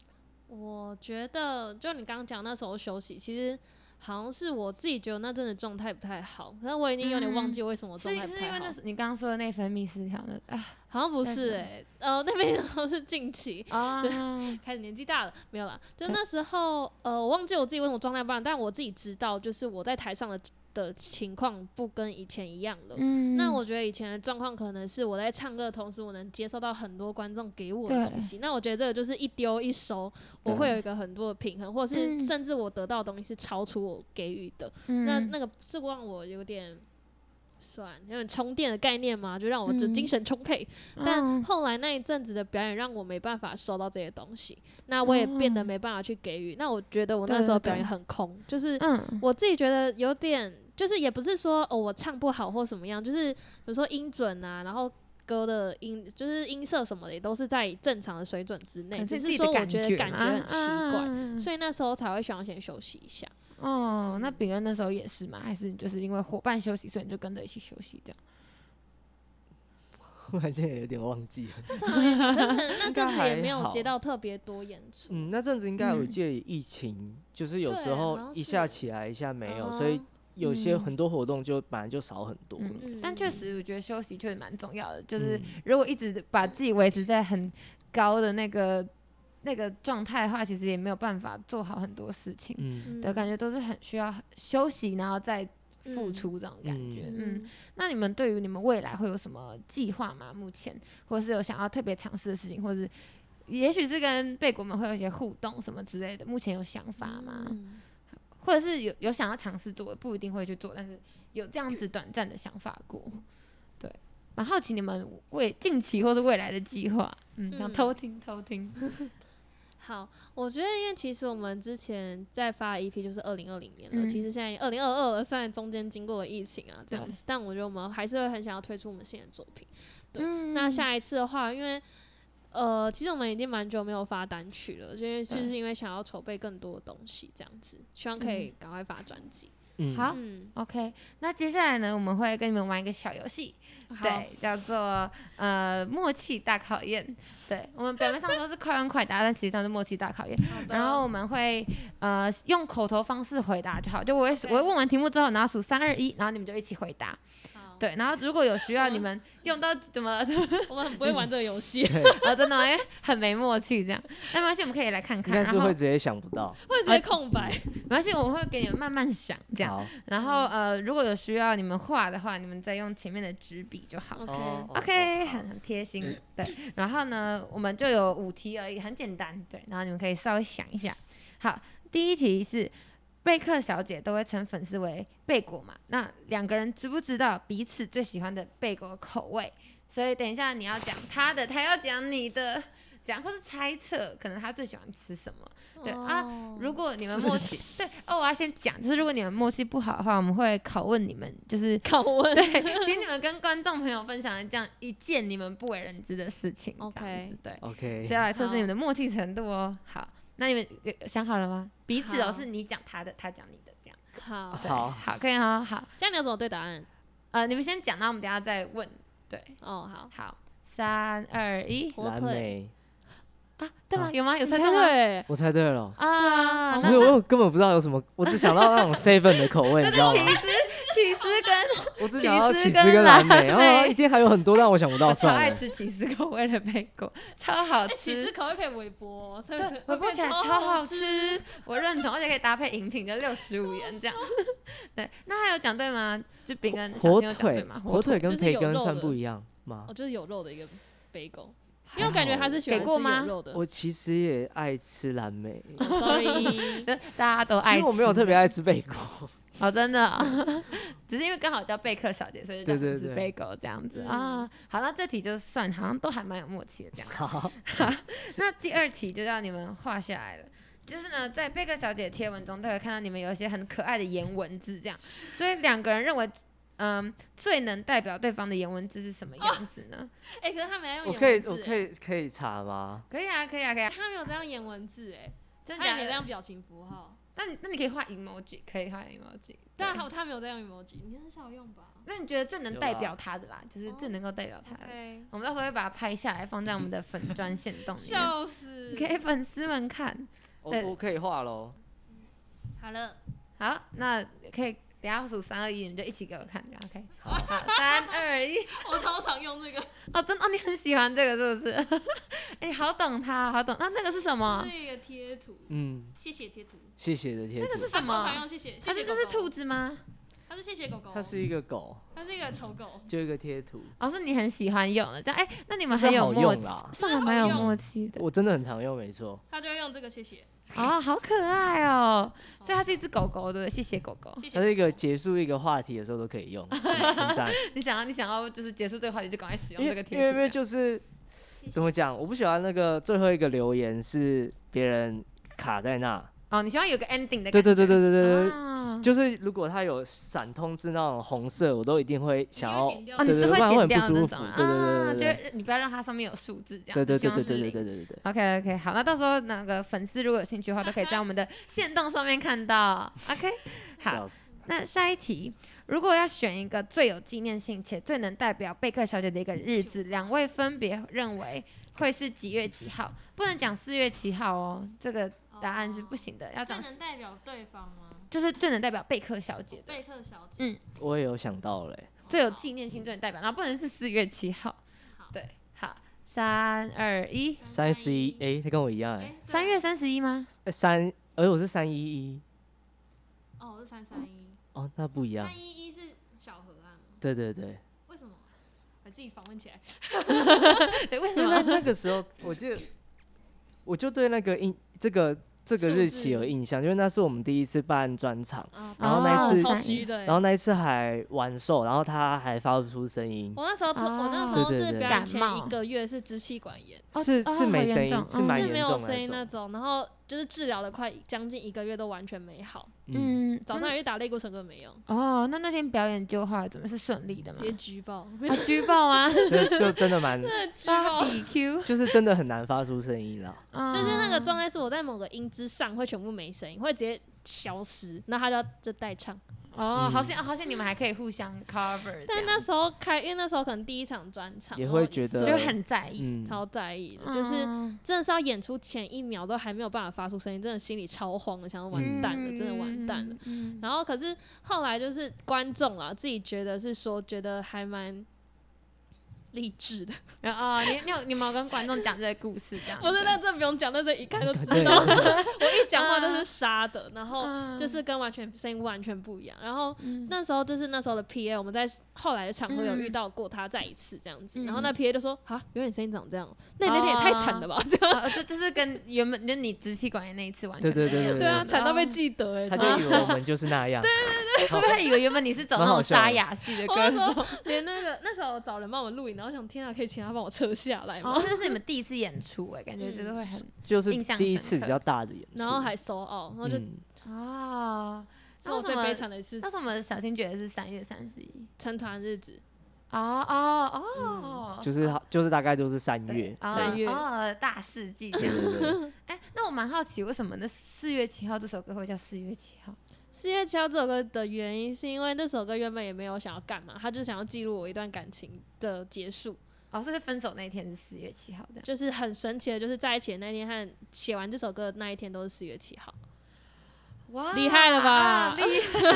S4: 我觉得就你刚刚讲那时候休息，其实好像是我自己觉得那阵的状态不太好，但我已经有点忘记为什么
S3: 是
S4: 状态不
S3: 是因为
S4: 太
S3: 那
S4: 好，
S3: 是你刚刚说的内分泌失调的 啊
S4: 好像不
S3: 那
S4: 是
S3: 是
S4: 哎、呃，那边都是近期，
S3: 啊，
S4: 开始年纪大了，没有啦。就
S3: 对
S4: 那时候，呃，我忘记我自己为什么状态不好，但我自己知道，就是我在台上的的情况不跟以前一样了。
S3: 嗯
S4: 那我觉得以前的状况可能是我在唱歌的同时，我能接收到很多观众给我的
S3: 对
S4: 东西。那我觉得这个就是一丢一收，我
S3: 对
S4: 会有一个很多的平衡，或是
S3: 嗯
S4: 甚至我得到的东西是超出我给予的。那
S3: 嗯
S4: 那个是让我有点算有点充电的概念嘛，就让我就
S3: 嗯
S4: 精神充沛。但后来那一阵子的表演让我没办法收到这些东西，那我也变得
S3: 嗯
S4: 没办法去给予。那我觉得我
S3: 对
S4: 那时候
S3: 对对
S4: 表演很空，就是
S3: 嗯
S4: 我自己觉得有点，就是也不是说哦我唱不好或什么样，就是比如说音准啊，然后歌的音就是音色什么的也都是在正常的水准之内，
S3: 可
S4: 只
S3: 自己
S4: 是
S3: 的
S4: 说我觉得感
S3: 嘛
S4: 觉很奇怪，
S3: 啊
S4: 所以那时候才会想要先休息 一下。
S3: 哦，那饼恩那时候也是吗？还是你就是因为伙伴休息，所以你就跟着一起休息这样？
S2: 忽然间也有点忘记了。
S4: 那阵子那阵子也
S2: 应该还
S4: 没有
S2: 好
S4: 接到特别多演出，
S2: 嗯，那阵子应该我
S3: 嗯
S2: 记得疫情，就是有时
S4: 对好
S2: 候
S4: 像
S2: 一下
S4: 是
S2: 起来，一下没有，所以
S4: 哦
S2: 有些
S3: 嗯
S2: 很多活动就本来就少很多了。
S3: 嗯，但确
S4: 嗯
S3: 实我觉得休息确实蛮重要的，就是
S2: 嗯
S3: 如果一直把自己维持在很高的那个那个状态的话，其实也没有办法做好很多事情。
S2: 嗯，
S4: 嗯
S3: 对，感觉都是很需要休息，然后再付
S4: 嗯
S3: 出这种感觉。嗯，
S4: 嗯
S3: 那你们对于你们未来会有什么计划吗？目前，或者是有想要特别尝试的事情，或是也许是跟贝果们会有一些互动什么之类的，目前有想法吗？
S4: 嗯
S3: 或者是有有想要尝试做，不一定会去做，但是有这样子短暂的想法过。对，蛮好奇你们未近期或是未来的计划。嗯，想
S4: 嗯
S3: 偷听偷听。
S4: 好，我觉得因为其实我们之前在发 EP 就是二零二零年了，
S3: 嗯
S4: 其实现在二零二二了，虽然中间经过了疫情啊这样
S3: 对
S4: 子，但我觉得我们还是会很想要推出我们新的作品。 对
S3: 嗯
S4: 那下一次的话，因为呃，其实我们已经蛮久没有发单曲了，因为就是因为想要筹备更多的东西这样子，希望可以赶快发专辑。
S2: 嗯，
S3: 嗯好
S4: 嗯，
S3: OK，那接下来呢，我们会跟你们玩一个小游戏，
S4: 好，
S3: 对，叫做呃默契大考验。对我们表面上说是快问快答，但其实上是默契大考验。
S4: 好的
S3: 然后我们会呃用口头方式回答就好，就我会
S4: OK
S3: 我会问完题目之后，然后数三二一，然后你们就一起回答。
S4: 好
S3: 对，然后如果有需要，
S4: 嗯
S3: 你们用到怎 么啊、
S4: 我们很不会玩这个游 戏，
S3: 真的吗？因为很没默契这样。那没关系，我们可以来看
S2: 应
S3: 看。
S2: 该
S3: 然
S2: 是
S3: 后
S2: 会
S3: 没
S2: 直接想不到。
S4: 会直接空白。
S3: 关系，我会给你们慢慢想这样。
S2: 好，
S3: 然后呃，如果有需要你们画的话，你们再用前面的纸笔就好。
S2: 哦嗯
S4: OK，
S3: OK，很很贴心，对。然后呢，我们就有五题而已，很简单，对。然后你们可以稍微想一下。好，第一题是贝克小姐都会称粉丝为贝果嘛？那两个人知不知道彼此最喜欢的贝果口味？所以等一下你要讲她的，她要讲你的，讲或是猜测，可能她最喜欢吃什么？对啊
S4: 哦
S3: 如果你们默契对哦，我要先讲，就是如果你们默契不好的话，我们会拷问你们，就是
S4: 拷 问，
S3: 对，请你们跟观众朋友分享这样一件你们不为人知的事情。这样子
S4: OK
S3: 对，
S2: 哦，OK，
S3: 是要来测试你们的默契程度哦。好，那你们呃想好了吗？彼此哦，
S4: 好
S3: 是你讲他的，他讲你的，这样。
S4: 好，
S3: 对
S2: 好
S3: 好，可以哦。好，
S4: 这样你要怎么对答案？
S3: 呃，你们先讲，那我们等一下再问。对，
S4: 哦，好，
S3: 好，三二一
S4: 火
S2: 蓝
S4: 腿，
S2: 莓，
S3: 啊，对吗？
S2: 啊
S3: 有吗？有
S4: 你猜
S3: 猜到吗？
S4: 对，
S2: 我猜对了。
S3: 啊，
S2: 不
S3: 那
S2: 是，我有根本不知道有什么，我只想到 那种 seven 的口味，你知道吗？
S3: 起司跟
S2: 我只想到
S3: 起司
S2: 起司跟
S3: 跟
S2: 蓝
S3: 蓝
S2: 莓，然后
S3: 莓
S2: 一定还有很多，但我想不到，
S3: 我超
S2: 算
S3: 爱
S2: 了。
S3: 吃起司口味的贝果，超好
S4: 哎，其
S3: 吃
S4: 实。口味可以微波哦，所以
S3: 对，回锅起来呃超好。 吃，我认同，而且可以搭配饮品，就六十五元这 样。对，那还有讲对吗？就饼跟小
S2: 火
S3: 青有讲对
S2: 腿
S3: 吗？，
S2: 火腿跟
S4: 就是
S2: 培
S4: 有
S2: 根
S4: 肉
S2: 算
S4: 的
S2: 不一样吗
S4: 我？就是有肉的一个北狗，
S2: 还
S4: 因为我感觉
S2: 好
S4: 他是喜欢
S3: 给
S4: 吃
S3: 过吗
S4: 有肉的。
S2: 我其实也爱吃蓝莓，
S4: 哦 Sorry，
S3: 对 大家都
S2: 其
S3: 爱
S2: 实
S3: 吃。
S2: 我没有特别爱吃贝果。
S3: 哦，真的哦， 只是因为刚好叫贝克小姐，所以
S2: 对
S3: 就叫
S2: 对
S3: 是
S2: 对
S3: 贝狗这样子
S4: 嗯
S3: 啊。好，那这题就算，好像都还蛮有默契的这样。
S2: 好，
S3: 那第二题就让你们画下来了。就是呢，在贝克小姐的贴文中，都有看到你们有一些很可爱的颜文字，这样，所以两个人认为，嗯，最能代表对方的颜文字是什么样子呢？
S4: 哎，可是他没有
S2: 我
S4: 演
S2: 可以
S4: 文
S2: 我
S4: 字
S2: 可
S4: 哎，
S2: 以可以查吗？
S3: 可以啊，可以啊，可以啊，
S4: 他没有这样演文字哎，
S3: 真的
S4: 他也
S3: 假
S4: 没这
S3: 的
S4: 样？表情符号，
S3: 那你那你可以画 emoji，可以画 emoji。
S4: 但
S3: 对
S4: 好他没有这样 emoji，你很少用吧
S3: 那你觉得最能代表他的啦，就是最能够代表他的，
S4: 哦？OK，
S3: 我们到时候会把它拍下来，放在我们的粉砖线动里面，
S4: 笑死。
S3: 给粉丝们看。
S2: 我
S3: 对
S2: 我可以画喽。
S4: 好了，
S3: 好，那可以等一下数三二一，你们就一起给我看，OK？
S2: 好
S3: 好，三二 一。
S4: 我超常用这个，
S3: 哦，真的、哦，你很喜欢这个是不是？ 哎、好懂它，好懂。那那个是什么
S4: 这？是一个贴图，
S2: 嗯，
S4: 谢谢贴图。
S2: 谢谢的贴
S3: 那个
S2: 纸
S3: 是。什
S4: 他啊超常
S3: 么？
S4: 用谢谢，
S3: 它
S4: 谢
S3: 是
S4: 谢
S3: 这
S4: 狗
S3: 是
S4: 狗
S3: 兔，子吗？
S4: 他是谢谢狗狗，
S2: 它是一个狗，
S4: 他是一个丑狗，
S2: 就一个贴图，
S3: 哦，是你很喜欢用的，这样哎、那你们
S2: 就是
S3: 很有
S2: 好
S3: 默
S2: 用啊
S3: 契
S2: 啦，
S3: 算还蛮有默契的
S2: 我真的很常用，没错。
S4: 他就会用这个谢谢，
S3: 哦，好可爱哦。所以它是一只狗狗，对不对？谢谢狗狗。
S4: 谢谢。
S2: 它是一个结束一个话题的时候都可以用，很赞。
S3: 你想要，你想要就是结束这个话题，就赶快使用
S2: 因
S3: 这个
S2: 为因
S3: 贴图
S2: 为
S3: 这
S2: 因为
S3: 样。
S2: 就是怎么讲，我不喜欢那个最后一个留言是别人卡在那。
S3: 哦，你希望有个 ending 的感觉。
S2: 对对对对对对对，
S3: 啊
S2: 就是如果它有闪通知那种红色，我都一定会想要。
S4: 你就
S3: 哦，
S4: 会
S3: 你
S2: 对
S3: 是
S4: 点掉
S2: 对不然
S3: 点
S2: 会很
S3: 掉
S2: 不
S3: 那
S2: 舒
S3: 种
S2: 服
S3: 啊，
S2: 对对对对对
S3: 就是你不要让它上面有数字这样。
S2: 对对
S3: 你
S2: 对
S3: 希望
S2: 对
S3: 是
S2: 对对
S3: 零
S2: 对对对对。
S3: OK OK，好，那到时候那个粉丝如果有兴趣的话，都可以在我们的线动上面看到。OK，好，
S2: 笑 死！
S3: 那下一题，如果要选一个最有纪念性且最能代表贝克小姐的一个日子，两位分别认为会是几月几号？不能讲四月七号哦，这个答案是不行的，要
S4: 哦。最
S3: 讲
S4: 能代表对方吗？
S3: 就是最能代表贝克小姐的，
S4: 贝特小
S2: 嗯
S4: 姐，
S2: 我也有想到嘞、
S3: 最有纪念性、最能代表，然后不能是四月七号。
S4: 好
S3: 对，好，三二一，
S2: 三十一，哎，他跟我一样哎、
S4: 哎，
S3: 三月三十一 吗？
S2: 呃三，而我是三一一，
S4: 哦，我是三三一，
S2: 哦，那不一样
S4: 三，一一是小河岸吗？
S2: 对对 对，
S4: 为什么？我自己访问起来，
S3: 对，为什
S2: 因为
S3: 么？
S2: 嗯那那个时候，我记得，我就对那个音这个这个
S4: 数
S2: 日
S4: 字
S2: 期有印象，因为那是我们第一次办专场，
S4: 啊，
S2: 然后那
S4: 哦
S2: 次
S4: 超级的欸，
S2: 然后那一次还完售，然后他还发不出声音，
S4: 我那时候头，我那时
S2: 对
S4: 候
S2: 对
S4: 是
S2: 对
S4: 表演
S3: 感
S4: 前
S3: 冒
S4: 一个月是支气管炎，
S3: 哦
S2: 是
S3: 哦
S2: 是没
S3: 好
S2: 声
S3: 严
S2: 音，
S3: 重
S2: 是
S3: 嗯
S2: 蛮
S4: 是没
S2: 严
S4: 有
S2: 重
S4: 声音那
S2: 的
S4: 种，然后就是治疗了快将近一个月都完全没好，
S2: 嗯，
S3: 嗯，
S4: 早
S3: 那
S4: 上有去打类固醇根本没用，
S3: 哦，那那天表演就后来怎么是顺利的吗
S2: 嗯
S4: 直？接举报，
S3: 啊，举报 啊，
S2: 这 就真的蛮，
S4: 举
S3: 发
S4: 报。
S3: 比 Q，
S2: 就是真的很难发出声音了。
S4: 就是那个
S3: 状
S4: 状态是我在某个音之上会全部没声音，会直接消失，那他就要就代唱。
S3: 哦，好
S2: 嗯
S3: 像好像你们还可以互相 cover，这
S4: 但
S3: 样
S4: 那时候开，因为那时候可能第一场专场，
S2: 也
S4: 然后
S2: 会觉得
S3: 就很在意，
S2: 嗯，
S4: 超在意的，就是
S3: 嗯
S4: 真的是要演出前一秒都还没有办法发出声音，真的心里超慌的，想要完蛋了，真的完蛋了。，
S3: 嗯
S4: 然后可是后来就是观众啦，自己觉得是说觉得还蛮励志的，
S3: 然后哦你你有你们有跟观众讲这个故事这样子？
S4: 不是那这不用讲，那这一看就知
S2: 对，
S4: 道，我一讲话就是沙的，然后
S3: 嗯
S4: 就是跟完全声音完全不一样。然后
S3: 嗯
S4: 那时候就是那时候的 P A，我们在后来的场合有遇到过他再一次这样子，然
S3: 嗯
S4: 后那 P A 就说啊，有点声音长这样哦，那你那天也太惨了吧， 这样。
S3: 哦这这是跟原本就你支气管炎那一次完全
S2: 对对对对
S4: 对啊，惨到被
S3: 哦
S4: 记得哎、欸，
S2: 他
S4: 超
S2: 就以为我 们就是那样，对对
S3: 会不会以为原本你是走那
S2: 蛮
S3: 种
S2: 好笑的
S3: 沙哑系的
S4: 我
S3: 歌
S4: 那时
S3: 手？
S4: 候 连那个那时候找人帮我录影，然后想天啊，可以请他帮我撤下来 吗？
S3: 哦，这是你们第一次演出哎，感觉真的会很
S2: 就是
S3: 印象
S2: 第一
S3: 深
S2: 次
S3: 刻
S2: 比较大的演出，
S4: 然后还收哦，然后就、
S2: 嗯
S3: 啊。
S4: 是我最悲惨的一次
S3: 那时候我们小新觉得是三月三十一。
S4: 成团日子，
S3: 哦哦哦，
S2: 嗯就是好就是大概就是三
S3: 对
S2: 月，
S3: 哦
S4: 三月
S3: 哦，大世纪这
S2: 对
S3: 样。
S2: 对 对。
S3: 哎，那我蛮好奇，为什么那四月七号这首歌会叫四月七号？
S4: 四月七号这首歌的原因是因为那首歌原本也没有想要干嘛，他就是想要记录我一段感情的结束，
S3: 哦，所以分手那一天是四月七号的。
S4: 就是很神奇的，就是在一起的那天和写完这首歌的那一天都是四月七 号，
S3: 哇
S4: 厉害了吧
S3: 啊厉害
S4: 而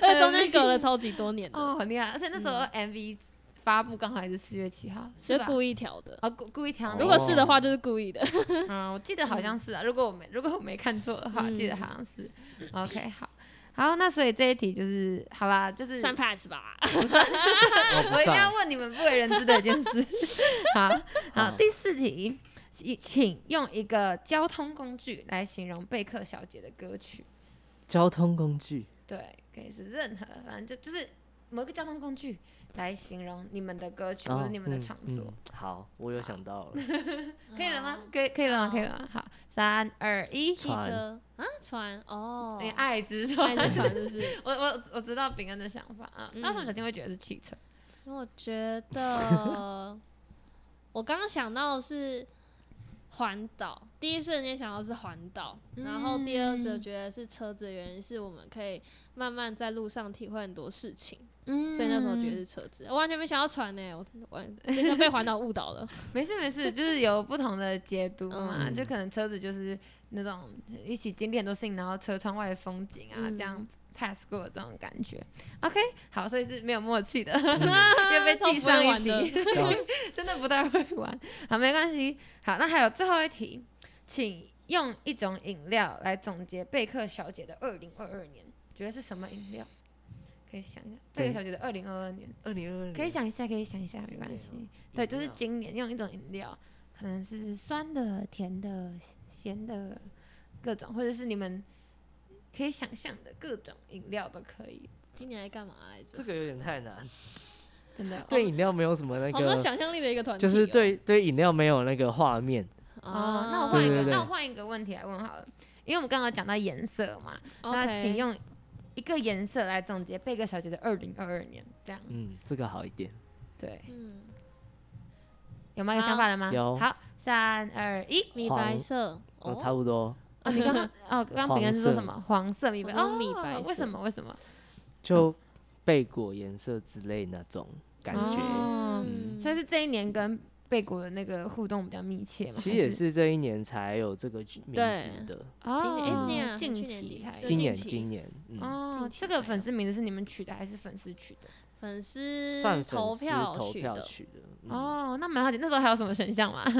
S2: 呃
S4: 且中间 隔了超级多年的，
S3: 哦，很厉害！而且那时候 MV 发布刚好也是四月七号，
S4: 就是是
S3: 吧
S4: 故意调的。
S3: 哦故故意调的。
S2: 哦
S4: 如果是的话，就是故意的。
S3: 嗯，我记得好像是啊，如果我没如果我没看错的话，
S4: 嗯
S3: 记得好像是。OK，好，好，那所以这一题就是好啦，就是
S4: 算 pass 吧，
S2: 哦不
S3: 我一定
S2: 算
S3: 要问你们不为人知的一件事。好好，
S2: 好
S3: 第四题，请请用一个交通工具来形容贝克小姐的歌曲。
S2: 交通工具，
S3: 对，可以是任何，反正就就是某一个交通工具来形容你们的歌曲、
S2: 然
S3: 或
S2: 后
S3: 者你们的创作，
S2: 哦嗯好，我有想到了，
S3: 可以了吗？可以，可以了吗？可以了吗？好，三二一，
S4: 汽
S2: 船
S4: 车啊，船 哦，
S3: 你爱之船。
S4: 爱之船是不是？
S3: 我我我知道饼干的想法啊，那为什么小
S4: 嗯
S3: 金会觉得是汽车？
S4: 我觉得，我刚刚想到的是环岛，第一瞬间想到是环岛，然后第二则
S3: 嗯
S4: 觉得是车子，的原因是我们可以慢慢在路上体会很多事情，
S3: 嗯
S4: 所以那时候觉得是车子。我完全没想到船呢、我我真的被环岛误 导了。
S3: 没事没事，就是有不同的解读嘛，
S2: 嗯
S3: 就可能车子就是那种一起经历很多事情，然后车窗外的风景啊，
S4: 嗯
S3: 这样 pass 过的这种感觉。OK，好，所以是没有默契的， 嗯又被
S4: 啊超
S3: 记
S4: 不会
S3: 上一
S4: 玩的
S3: 题，
S2: 笑死，
S3: 真的不太会玩。好，没关系。好，那还有最后一题，请用一种饮料来总结贝克小姐的二零二二年，觉得是什么饮料？可以想一下，贝
S2: 对
S3: 克小姐的二零二二年。
S2: 二零二
S3: 可以想一下，可以想一下，没关
S2: 饮
S3: 系
S2: 料。
S3: 对，就是今年用一种饮料，可能是酸的、甜的、咸的，各种，或者是你们可以想象的各种饮料都可以。
S4: 今年来干嘛来着
S2: 这？个有点太难，
S3: 真的，
S2: 对饮料没有什么那
S4: 好没有
S2: 个，
S4: 想象力的一个团体
S2: 就
S4: 哦、
S2: 是对对饮料没有那个画面，
S3: 哦，那
S2: 对
S3: 我换一个，
S2: 对
S3: 那我换一个问题来问好了，因为我们刚刚有讲到颜色嘛，那
S4: OK
S3: 请用一个颜色来总结贝克小姐的二零二二年，这样
S2: 嗯，这个好一点，
S3: 对，
S4: 嗯，
S3: 有吗？有想法了吗？
S2: 好有
S3: 好，三二 一。
S4: 米
S2: 黄
S4: 白色，
S2: 我
S4: 哦，
S2: 差不多，
S3: 哦，你刚刚哦，刚刚饼干是说什么？黄色米白
S4: 我
S3: 哦
S4: 说，米白
S3: 为
S4: 色
S3: 什么？为什么？
S2: 就贝果颜色之类那种感觉，
S3: 哦
S2: 嗯
S3: 所以是这一年跟贝果的那个互动比较密切嘛？
S2: 其实也是这一年才有这个名字的，
S3: 还是
S4: 今年
S3: 哦，
S4: 诶今年
S3: 近
S4: 啊还
S3: 期才
S4: 是去年底
S2: 嗯
S4: 就
S2: 今年
S4: 近期
S2: 今年，嗯，
S3: 哦
S4: 近，期
S3: 这个
S4: 才
S3: 粉
S4: 有
S3: 丝名字是你们取的还是粉丝取的？
S4: 粉丝
S2: 算粉
S4: 投
S2: 丝
S4: 票
S2: 投
S4: 取
S2: 票
S4: 的
S2: 取的，嗯
S3: 哦，那蛮好奇，那时候还有什么选项吗？
S4: 哎、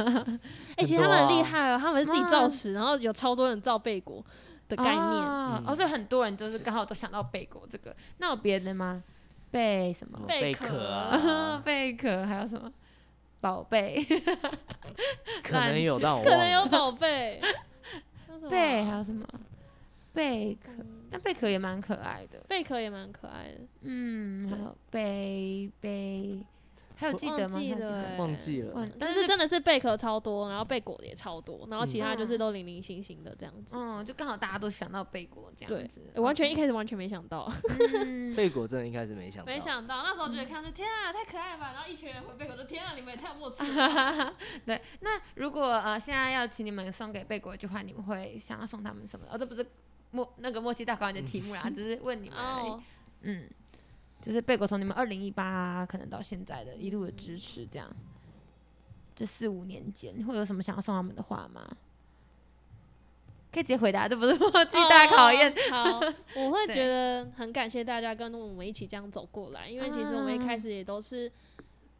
S2: 很
S4: 其实他们
S2: 多
S4: 很厉
S2: 啊
S4: 害哦，他们是自己造
S3: 嗯
S4: 词，然后有超多人造贝果 的概念。
S3: 哦，哦
S2: 嗯
S3: 所以很多人就是刚好都想到贝果这个。那有别的吗？贝什么？，
S4: 贝
S2: 嗯贝
S4: 壳
S2: 壳啊
S3: 贝壳还有什么？宝贝，
S2: 可能有，但我
S4: 可
S2: 忘
S4: 能有
S2: 了，
S4: 宝贝，像什么
S3: 贝还有什么贝壳，
S4: 啊嗯
S3: 但贝壳也蛮可爱的。
S4: 贝壳也蛮可爱的，
S3: 嗯，还
S4: 对
S3: 有贝贝，还有记
S4: 忘
S3: 得吗？
S4: 记
S3: 还有
S4: 了
S3: 得
S4: 欸
S3: 吗
S2: 忘记了
S3: 忘，
S4: 但
S3: 但
S4: 是
S3: 是
S4: 真的是贝壳超多，然后贝果也超多，然后其他就是
S3: 嗯
S4: 都零零星星的这样子。
S3: 嗯，就刚好大家都想到贝果这
S4: 对
S3: 样子，
S4: 我
S2: 嗯
S4: 完全一开始完全没想到，
S3: 嗯
S2: 贝果真的一开始没想到，
S4: 没想到那时候觉得看是天啊，太可爱了吧！然后一群人回贝壳说天啊，你们也太有默 契了吧。
S3: 对，那如果呃现在要请你们送给贝果一句话，你们会想要送他们什么？哦，这不是默那个默契大考你的题目 啦，只是问你们而已。
S4: 哦，
S3: 嗯，就是贝果从你们二零一八可能到现在的一路的支持，这样这四五年间，会有什么想要送他们的话吗？可以直接回答，这不是默契大考验。
S4: 哦。好，我会
S3: 对
S4: 觉得很感谢大家跟我们一起这样走过来，因为其实我们一
S3: 啊
S4: 开始也都是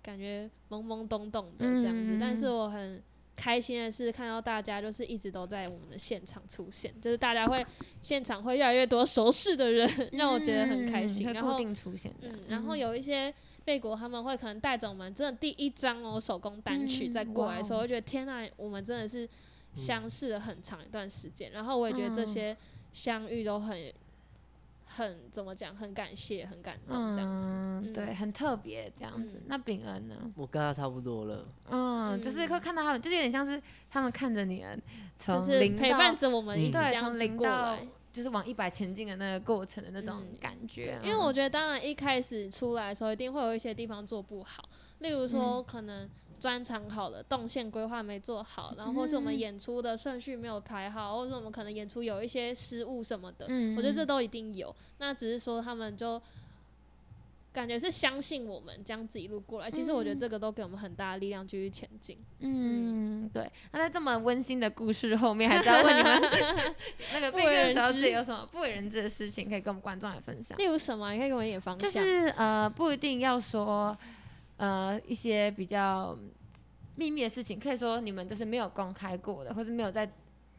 S4: 感觉懵懵懂懂的这样子，
S3: 嗯
S4: 但是我很。开心的是看到大家就是一直都在我们的现场出现，就是大家会现场会越来越多熟识的人， 让我觉得很开
S3: 嗯
S4: 心。
S3: 会
S4: 然
S3: 固
S4: 后
S3: 定出现这样
S4: 嗯，然后有一些贝果他们会可能带着我们真的第一张哦手工单曲
S3: 嗯
S4: 在过来的时候，
S3: 哇哦
S4: 我觉得天呐，我们真的是相识了很长一段时间。然后我也觉得这
S3: 嗯
S4: 些相遇都很很怎么讲，很感谢，很感动这样子。
S3: 嗯，对，很特别这样子。
S4: 嗯
S3: 那秉恩呢？
S2: 我跟他差不多了，
S3: 嗯，就是会
S4: 嗯
S3: 看到他们，就是有点像是他们看着你们从
S4: 就是
S3: 零
S4: 陪
S3: 到
S4: 伴着我们一直
S2: 嗯
S4: 这
S3: 对
S4: 样
S3: 从
S4: 子
S3: 零
S4: 过
S3: 到
S4: 来，
S3: 就是往一百前进的那个过程的那种
S4: 嗯
S3: 感觉啊。
S4: 因为我觉得，当然一开始出来的时候，一定会有一些地方做不好，例如说
S3: 嗯
S4: 可能专场好了，动线规划没做好，然后或是我们
S3: 嗯
S4: 演出的顺序没有排好，或是我们可能演出有一些失误什么的，
S3: 嗯，
S4: 我觉得这都一定有。那只是说他们就感觉是相信我们这样子一路过来，其实我觉得
S3: 嗯
S4: 这个都给我们很大的力量继续前进。
S3: 嗯，对。那在这么温馨的故事后面，还是要问你们那个
S4: 不
S3: 贝
S4: 为
S3: 克
S4: 人
S3: 小
S4: 知
S3: 姐有什么不为人知的事情可以跟我们观众来分享？
S4: 例如什么啊，你可以给我们一点方
S3: 就
S4: 向。
S3: 是呃，不一定要说呃一些比较秘密的事情，可以说你们就是没有公开过的，或者没有在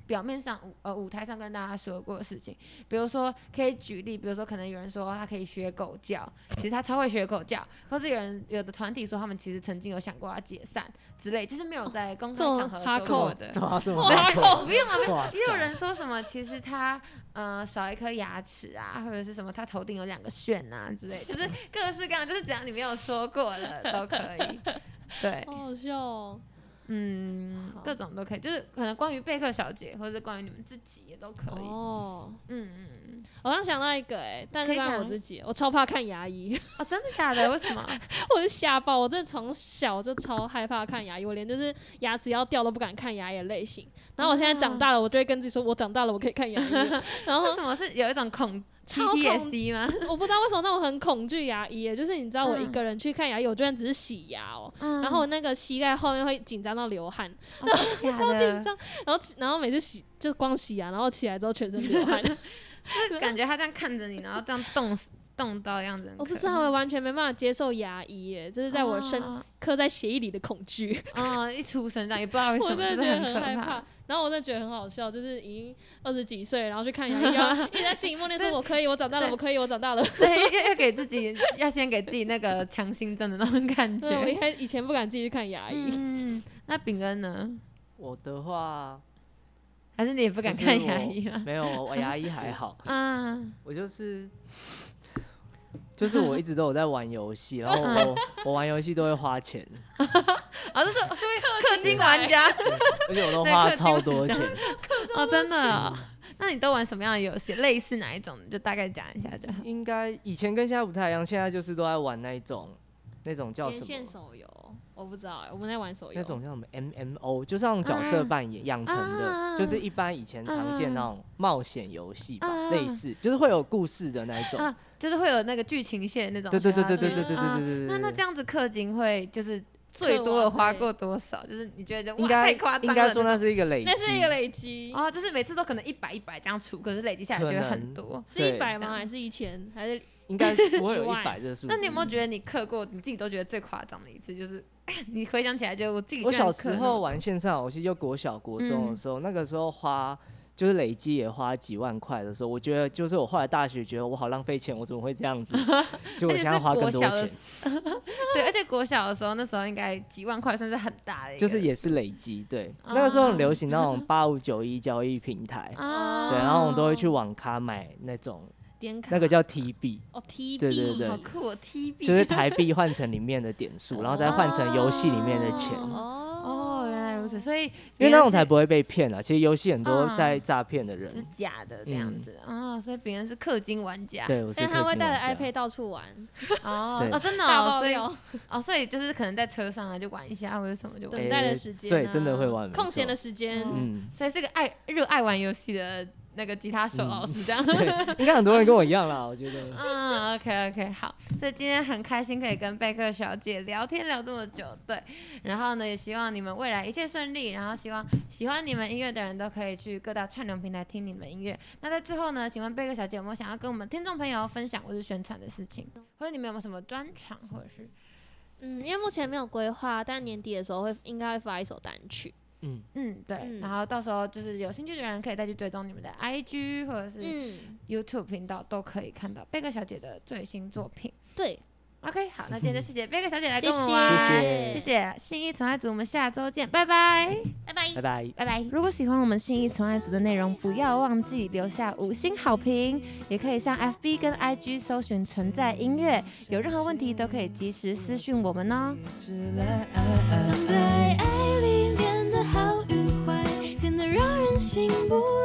S3: 表面上舞呃舞台上跟大家说过的事情。比如说，可以举例，比如说可能有人说他可以学狗叫，其实他超会学狗叫，或者有人有的团体说他们其实曾经有想过要解散之类，就是没有在公开
S4: 这么
S3: 场合
S4: 哈
S3: 说过
S4: 扣
S3: 的。
S2: 哇，这么
S4: 哇
S2: 好
S4: 靠
S3: 不用了，不用
S2: 哇
S3: 也有
S2: 塞
S3: 人说什么，其实他呃少一颗牙齿啊，或者是什么，他头顶有两个旋啊之类， 就是各式各样，就是只要你没有说过了都可以。对，
S4: 好好笑哦！
S3: 嗯，
S4: 好
S3: 各种都可以，就是可能关于贝克小姐，或者是关于你们自己也都可以。
S4: 哦，
S3: 嗯嗯嗯，
S4: 我刚想到一个哎、但
S3: 可
S4: 是
S3: 以
S4: 关于
S3: 讲啊
S4: 我自己，我超怕看牙医。
S3: 哦，真的假的？为什么？
S4: 我就吓爆，我真的从小就超害怕看牙医，我连就是牙齿要掉都不敢看牙医的类型。然后我现在
S3: 啊
S4: 长大了，我就会跟自己说，我长大了，我可以看牙医了。 然后
S3: 为什么是有一种恐
S4: 哦超恐
S3: PTSD 吗？
S4: 我不知道为什么，那我很恐惧牙医耶，欸就是你知道我一
S3: 嗯
S4: 个人去看牙医，我居然只是洗牙哦、
S3: 嗯
S4: 然后我那个膝盖后面会紧张到流汗，
S3: 哦真 的
S4: 超紧
S3: 假的？
S4: 张。然后然后每次洗就光洗牙，然后起来之后全身流 汗，
S3: 就是感觉他这样看着你，然后这样动动到样子很可爱。
S4: 我不知道，我完全没办法接受牙医耶，就是在我身
S3: 哦
S4: 刻在血液里的恐惧。
S3: 嗯，一出生这样也不知道为什
S4: 我
S3: 么，
S4: 真
S3: 就
S4: 的
S3: 是
S4: 觉得
S3: 很可
S4: 很害怕。。然后我真的觉得很好笑，就是已经二十几岁，然后去看牙医，要一直在心里默念 说：“我可以，我长大了，
S3: 对
S4: 我可以，我长大了。
S3: 对，要要给自己，要先给自己那个强心针的那种感”
S4: 对，我一
S3: 觉。
S4: 开以前不敢自己去看牙医，
S3: 嗯，那秉恩呢？
S2: 我的话
S3: 还是你也不
S2: 不
S3: 敢看牙医啊吗？
S2: 没有，我牙医还好，
S3: 嗯，
S2: 我就是。就是我一直都有在玩游戏，然后我我玩游戏都会花钱，
S3: 哦，这是是不 是氪金
S4: 金
S3: 玩
S4: 仔
S3: 家？
S2: 而且我都
S3: 对
S2: 花
S3: 氪
S2: 了
S3: 金
S2: 超
S3: 玩
S2: 多
S3: 家
S2: 钱。
S3: 哦，真的哦。那你都玩什么样的游戏？类似哪一种？就大概讲一下就好。
S2: 应该以前跟现在不太一样，现在就是都在玩那一种那种叫
S4: 连
S2: 什
S4: 线
S2: 么？
S4: 手游，我不知道哎，我们在玩手游
S2: 那种叫什么 MMO，就是那种角色
S3: 嗯
S2: 扮演养成
S3: 啊
S2: 的，就是一般以前常见那种冒险游戏吧，类
S3: 嗯
S2: 似，就是会有故事的那一种。
S3: 啊，就是会有那个剧情线那种
S2: 对
S3: 需要
S2: 对
S3: 的。
S2: 对对对对对
S4: 对
S2: 对
S3: 啊
S2: 对对。
S3: 那那这
S2: 样
S3: 样子氪金会就是最多的花过多少？就是你觉得就
S2: 应
S3: 哇
S2: 该
S3: 太夸张了？
S2: 应该说那是一个累积，
S4: 那是一个累积，
S3: 哦，就是每次都可能一百一百这样出，可是累积下来
S2: 可
S3: 就会
S2: 能
S3: 很多。
S4: 是一
S2: 对
S4: 百
S3: 这
S4: 吗？
S3: 样
S4: 还是一千？还是
S2: 应该不会有
S4: 以
S2: 一
S4: 外
S2: 百这个数字。
S3: 那你有没有觉得你刻过你自己都觉得最夸张的一次，就是你回想起来就我自己
S2: 我
S3: 居然
S2: 小
S3: 刻
S2: 时
S3: 那
S2: 候
S3: 么
S2: 玩线上游戏，就国小国中
S3: 哦嗯
S2: 的时候，那个时候花就是累积也花几万块的时候，我觉得就是我后来大学觉得我好浪费钱，我怎么会这样 子？结果
S3: 而
S2: 现
S3: 且
S2: 在
S3: 是
S2: 花更
S3: 国
S2: 多
S3: 小的
S2: 钱，
S3: 对，而且国小的时候，那时候应该几万块算是很大的啊一个数，
S2: 就是也是累积。对，那个时候很流 行那种八五九一交易平台，
S3: 啊，
S2: 对，然后我们都会去网咖买那种
S4: 点卡
S2: 那个叫 TB，
S4: 哦 T
S2: 对对
S4: B
S2: 对
S3: 好酷、哦、，T B，
S2: 就是台币换成里面的点数，然后再换成游戏里面的钱。
S4: 哦
S3: 哦，原来如此，所
S2: 因
S3: 以
S2: 为
S3: 别人
S2: 那种才
S3: 是
S2: 不会被骗啊。其实游戏很多
S3: 嗯
S2: 在诈骗的人，
S3: 是假的这样
S2: 嗯
S3: 子啊、所以别人是氪金玩家
S2: 对，我是
S4: 但他
S2: 氪
S4: 会
S2: 金
S4: 带着
S2: 玩家
S4: iPad 到处玩，
S3: 哦
S2: 对
S3: 哦，真的、
S4: 大
S3: 哦，
S4: 爆
S3: 所以
S4: 料，
S3: 哦，所以就是可能在车上啊就玩一下或者什么就玩，
S4: 等待的时间啊，
S2: 对哎真的会玩没
S4: 空闲
S2: 错
S4: 的时间，
S3: 嗯
S2: 嗯，
S3: 所以是个爱热爱玩游戏的那个吉他手
S2: 嗯
S3: 老师这 样。
S2: 对，应该很多人跟我一样啦，我觉得。
S3: 嗯，OK OK，好，所以今天很开心可以跟贝克小姐聊天聊这么久，对，然后呢也希望你们未来一切顺利，然后希望喜欢你们音乐的人都可以去各大串流平台听你们音乐。那在最后呢，请问贝克小姐有没有想要跟我们听众朋友分享或是宣传的事情，或者你们有没有什么专场或者是
S4: 嗯，因为目前没有规划，但年底的时候会应该会发一首单曲，
S2: 嗯，
S3: 嗯对，
S4: 嗯
S3: 然后到时候就是有兴趣的人可以再去追踪你们的 IG 或者是
S4: 嗯，
S3: YouTube 频道，都可以看到贝克小姐的最新作品。
S4: 对，
S3: OK，好，那今天就谢 谢贝克小姐来
S4: 谢
S3: 跟我们
S2: 谢
S3: 玩。
S2: 谢
S3: 谢谢信义宠爱组，我们下周见，拜拜，
S4: 拜拜
S2: 嗯拜。拜。
S3: 拜拜。如果喜欢我们信义宠爱组的内容，不要忘记留下五星好评，也可以上 FB 跟 IG 搜寻存在音乐，有任何问题都可以及时私讯我们哦。
S1: 藏在爱里面的好与坏，甜得让人醒不啊